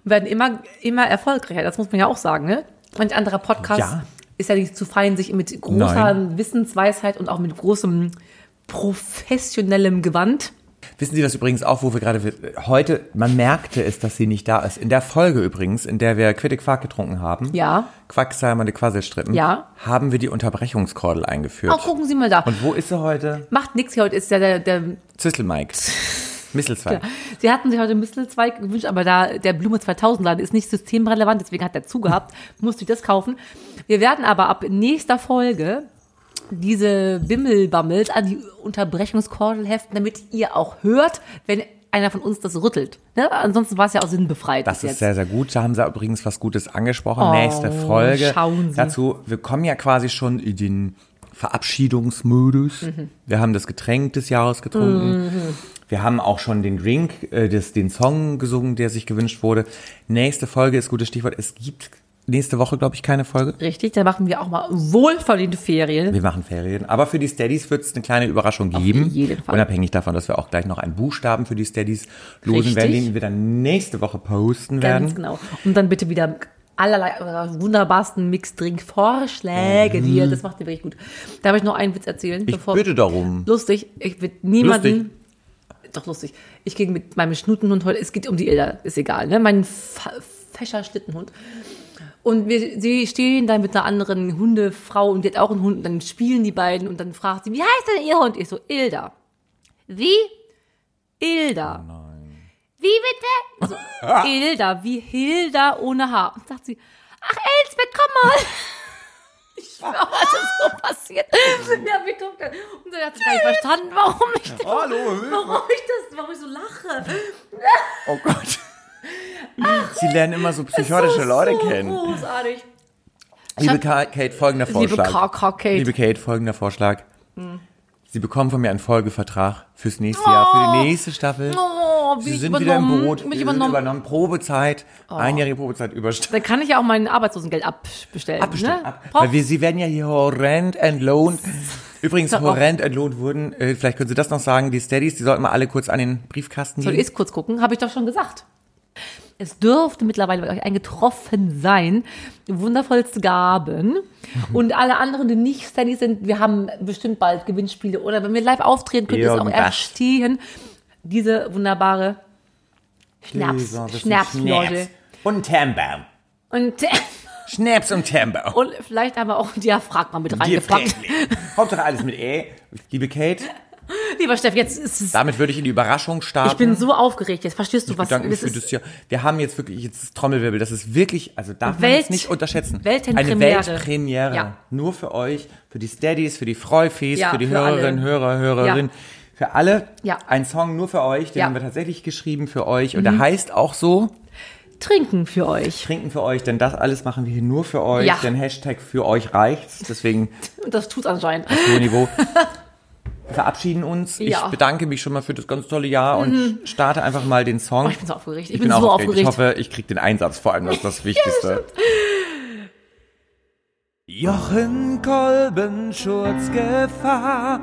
Speaker 2: und werden immer, immer erfolgreicher. Das muss man ja auch sagen, ne? Manch anderer Podcast
Speaker 1: Ja.
Speaker 2: ist ja nicht zu fein, sich mit großer
Speaker 1: Nein.
Speaker 2: Wissensweisheit und auch mit großem professionellem Gewand.
Speaker 1: Wissen Sie das übrigens auch, wo wir gerade heute, man merkte es, dass sie nicht da ist. In der Folge übrigens, in der wir Quitte Quark getrunken haben,
Speaker 2: Ja.
Speaker 1: Quacksalbernde Quasselstrippen,
Speaker 2: Ja.
Speaker 1: haben wir die Unterbrechungskordel eingeführt.
Speaker 2: Oh, gucken Sie mal da.
Speaker 1: Und wo ist sie heute?
Speaker 2: Macht nichts hier heute ist ja der, der
Speaker 1: Zissel Mike. Misselzweig.
Speaker 2: Sie hatten sich heute einen Mistelzweig gewünscht, aber da der Blume 2000 Laden ist nicht systemrelevant, deswegen hat er zugehabt, musste ich das kaufen. Wir werden aber ab nächster Folge diese Bimmelbammels an die Unterbrechungskordel heften, damit ihr auch hört, wenn einer von uns das rüttelt. Ne? Ansonsten war es ja auch sinnbefreit.
Speaker 1: Das
Speaker 2: bis
Speaker 1: ist sehr, sehr gut. Da haben Sie übrigens was Gutes angesprochen. Nächste Folge.
Speaker 2: Oh, schauen Sie.
Speaker 1: Dazu, wir kommen ja quasi schon in den Verabschiedungsmodus.
Speaker 2: Mhm.
Speaker 1: Wir haben das Getränk des Jahres getrunken. Wir haben auch schon den Drink, äh, des, den Song gesungen, der sich gewünscht wurde. Nächste Folge ist gutes Stichwort. Es gibt nächste Woche, glaube ich, keine Folge.
Speaker 2: Richtig, da machen wir auch mal wohlverdiente Ferien.
Speaker 1: Wir machen Ferien. Aber für die Steadies wird es eine kleine Überraschung geben.
Speaker 2: jeden Fall.
Speaker 1: Unabhängig davon, dass wir auch gleich noch einen Buchstaben für die Steadies losen
Speaker 2: Richtig.
Speaker 1: werden, den wir dann nächste Woche posten werden.
Speaker 2: Ganz genau. Und dann bitte wieder allerlei eurer wunderbarsten Mixdrink-Vorschläge, die ihr, das macht ihr wirklich gut. Darf ich noch einen Witz erzählen?
Speaker 1: Mm. Ich bitte darum.
Speaker 2: Lustig, ich will niemanden... Doch lustig. Ich ging mit meinem Schnutenhund heute, es geht um die Ilda, ist egal, ne? Mein fa- fescher Schlittenhund. Und wir, sie stehen dann mit einer anderen Hundefrau und die hat auch einen Hund und dann spielen die beiden und dann fragt sie, wie heißt denn ihr Hund? Ich so, Ilda. Wie? Ilda. Wie bitte? So, Hilda, wie Hilda ohne Haar. Und sagt sie, ach Elsbeth, komm mal. Ich schwöre, das ist so passiert. Ja, wir guckten. Und dann hat sie gar nicht verstanden, warum ich,
Speaker 1: Hallo,
Speaker 2: warum ich das, warum ich so lache.
Speaker 1: Oh Gott. Sie lernen immer so psychotische
Speaker 2: So,
Speaker 1: Leute
Speaker 2: so
Speaker 1: kennen.
Speaker 2: Oh, Großartig.
Speaker 1: Liebe Ka- Kate, folgender Vorschlag.
Speaker 2: KK Kate. Hm.
Speaker 1: Liebe Kate, folgender Vorschlag. Sie bekommen von mir einen Folgevertrag fürs nächste Jahr, für die nächste Staffel.
Speaker 2: Oh, bin
Speaker 1: Sie
Speaker 2: ich
Speaker 1: sind wieder im
Speaker 2: übernommen.
Speaker 1: Boot.
Speaker 2: Bin
Speaker 1: Sie
Speaker 2: ich
Speaker 1: sind
Speaker 2: übernommen. Oh.
Speaker 1: übernommen. Probezeit. Einjährige Probezeit überstanden.
Speaker 2: Dann kann ich ja auch mein Arbeitslosengeld abbestellen.
Speaker 1: Abbestimmt.
Speaker 2: ne?
Speaker 1: Ab.
Speaker 2: Brauch-
Speaker 1: Weil wir, sie werden ja hier horrend entlohnt. Übrigens,
Speaker 2: Doch.
Speaker 1: horrend entlohnt wurden, äh, vielleicht können Sie das noch sagen, die Steadies, die sollten mal alle kurz an den Briefkasten
Speaker 2: Soll
Speaker 1: gehen.
Speaker 2: ich kurz gucken? Habe ich doch schon gesagt. Es dürfte mittlerweile bei euch eingetroffen sein. Wundervollste Gaben.
Speaker 1: Mhm.
Speaker 2: Und alle anderen, die nicht Sandy sind, wir haben bestimmt bald Gewinnspiele oder wenn wir live auftreten, könnt ihr es auch
Speaker 1: Irgendwas.
Speaker 2: erstehen. Diese wunderbare Schnaps,
Speaker 1: Dieser, das ist
Speaker 2: Schnapsflosche.
Speaker 1: Und Temper.
Speaker 2: Und, äh,
Speaker 1: Schnaps und Temper.
Speaker 2: und vielleicht haben wir auch ein Diaphragma mit
Speaker 1: Dir
Speaker 2: reingepackt.
Speaker 1: friendly. Hauptsache alles mit E. Liebe Kate,
Speaker 2: Lieber Steff, jetzt ist es.
Speaker 1: damit würde ich in die Überraschung starten.
Speaker 2: Ich bin so aufgeregt, jetzt verstehst du, was
Speaker 1: bedanke mich
Speaker 2: das
Speaker 1: für
Speaker 2: ist.
Speaker 1: das hier. Wir haben jetzt wirklich, jetzt ist Trommelwirbel, das ist wirklich, also darf man
Speaker 2: Welt-
Speaker 1: jetzt nicht unterschätzen. Eine
Speaker 2: Weltenpremiere.
Speaker 1: Weltpremiere.
Speaker 2: Ja.
Speaker 1: Nur für euch, für die Steadies, für die Freufis,
Speaker 2: Ja,
Speaker 1: für die
Speaker 2: für
Speaker 1: Hörerinnen,
Speaker 2: alle.
Speaker 1: Hörer, Hörerinnen. Für alle
Speaker 2: Ja.
Speaker 1: ein Song nur für euch, den
Speaker 2: Ja. Mhm.
Speaker 1: haben wir tatsächlich geschrieben für euch und der heißt auch so,
Speaker 2: Trinken für euch.
Speaker 1: trinken für euch, denn das alles machen wir hier nur für euch,
Speaker 2: Ja.
Speaker 1: denn Hashtag für euch reicht's, deswegen
Speaker 2: Und das tut's anscheinend.
Speaker 1: hohe Niveau. Wir verabschieden uns.
Speaker 2: Ja. Mhm.
Speaker 1: Ich bedanke mich schon mal für das ganz tolle Jahr und starte einfach mal den Song.
Speaker 2: Oh, ich bin so aufgeregt. Ich bin so
Speaker 1: Ich
Speaker 2: aufgeregt.
Speaker 1: hoffe, ich kriege den Einsatz vor allem, das ist das Wichtigste. Jochen Kolben, Schurzgefahr,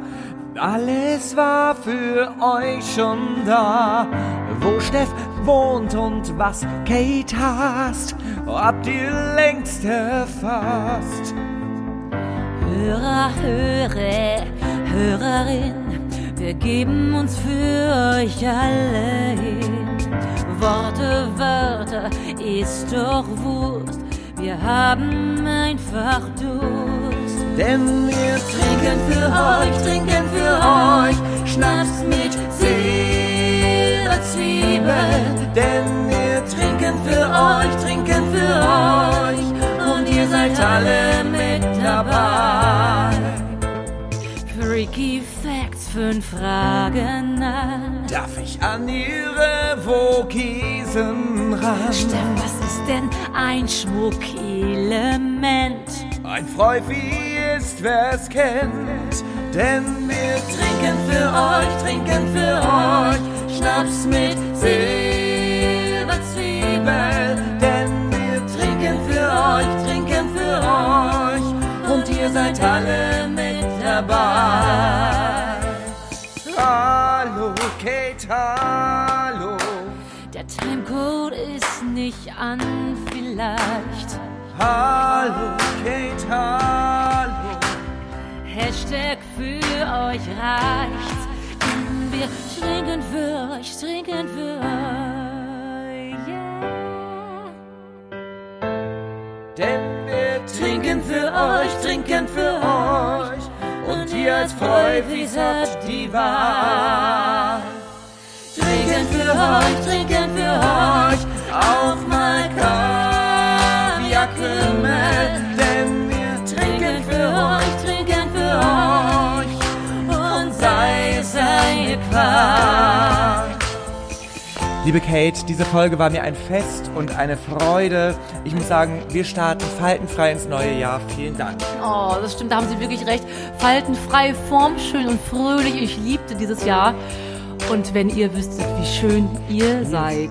Speaker 1: alles war für euch schon da. Wo Steff wohnt und was Kate hasst, habt ihr längst erfasst.
Speaker 3: Hörer, höre, Hörerin, wir geben uns für euch alle hin. Worte, Wörter, ist doch Wurst, wir haben einfach Durst.
Speaker 1: Denn wir
Speaker 3: Trinken für euch, trinken für euch, Schnaps mit Seele, Zwiebeln.
Speaker 1: denn wir
Speaker 3: Trinken für euch, trinken für euch und ihr seid alle mit dabei. Freaky Facts, fünf Fragen an.
Speaker 1: Darf ich an ihre Vogesen ran?
Speaker 3: Steff, was ist denn ein Schmuckelement?
Speaker 1: Ein Freufi ist, wer's kennt, denn wir
Speaker 3: Trinken für euch, trinken für euch, Schnaps mit Silberzwiebeln.
Speaker 1: trinken, denn wir
Speaker 3: Trinken für euch, trinken für euch und ihr seid alle mit dabei.
Speaker 1: trinken. Hallo, Kate, hallo,
Speaker 3: Der Timecode ist nicht an, vielleicht.
Speaker 1: hallo, Kate, hallo.
Speaker 3: Hashtag für euch reicht. Denn wir trinken für euch, trinken für euch. Yeah.
Speaker 1: Denn wir
Speaker 3: Trinken für euch, trinken für euch.
Speaker 1: und ihr als Freufis habt die Wahl.
Speaker 3: Trinken für euch, trinken für euch. Auf mal Kaviar, Kümmel.
Speaker 1: denn wir
Speaker 3: Trinken für euch, trinken für euch. Und sei es ein Quark.
Speaker 1: Liebe Kate, diese Folge war mir ein Fest und eine Freude. Ich muss sagen, wir starten faltenfrei ins neue Jahr. Vielen Dank.
Speaker 2: Oh, das stimmt, da haben sie wirklich recht. Faltenfrei, formschön und fröhlich. Ich liebte dieses Jahr. Und wenn ihr wüsstet, wie schön ihr seid.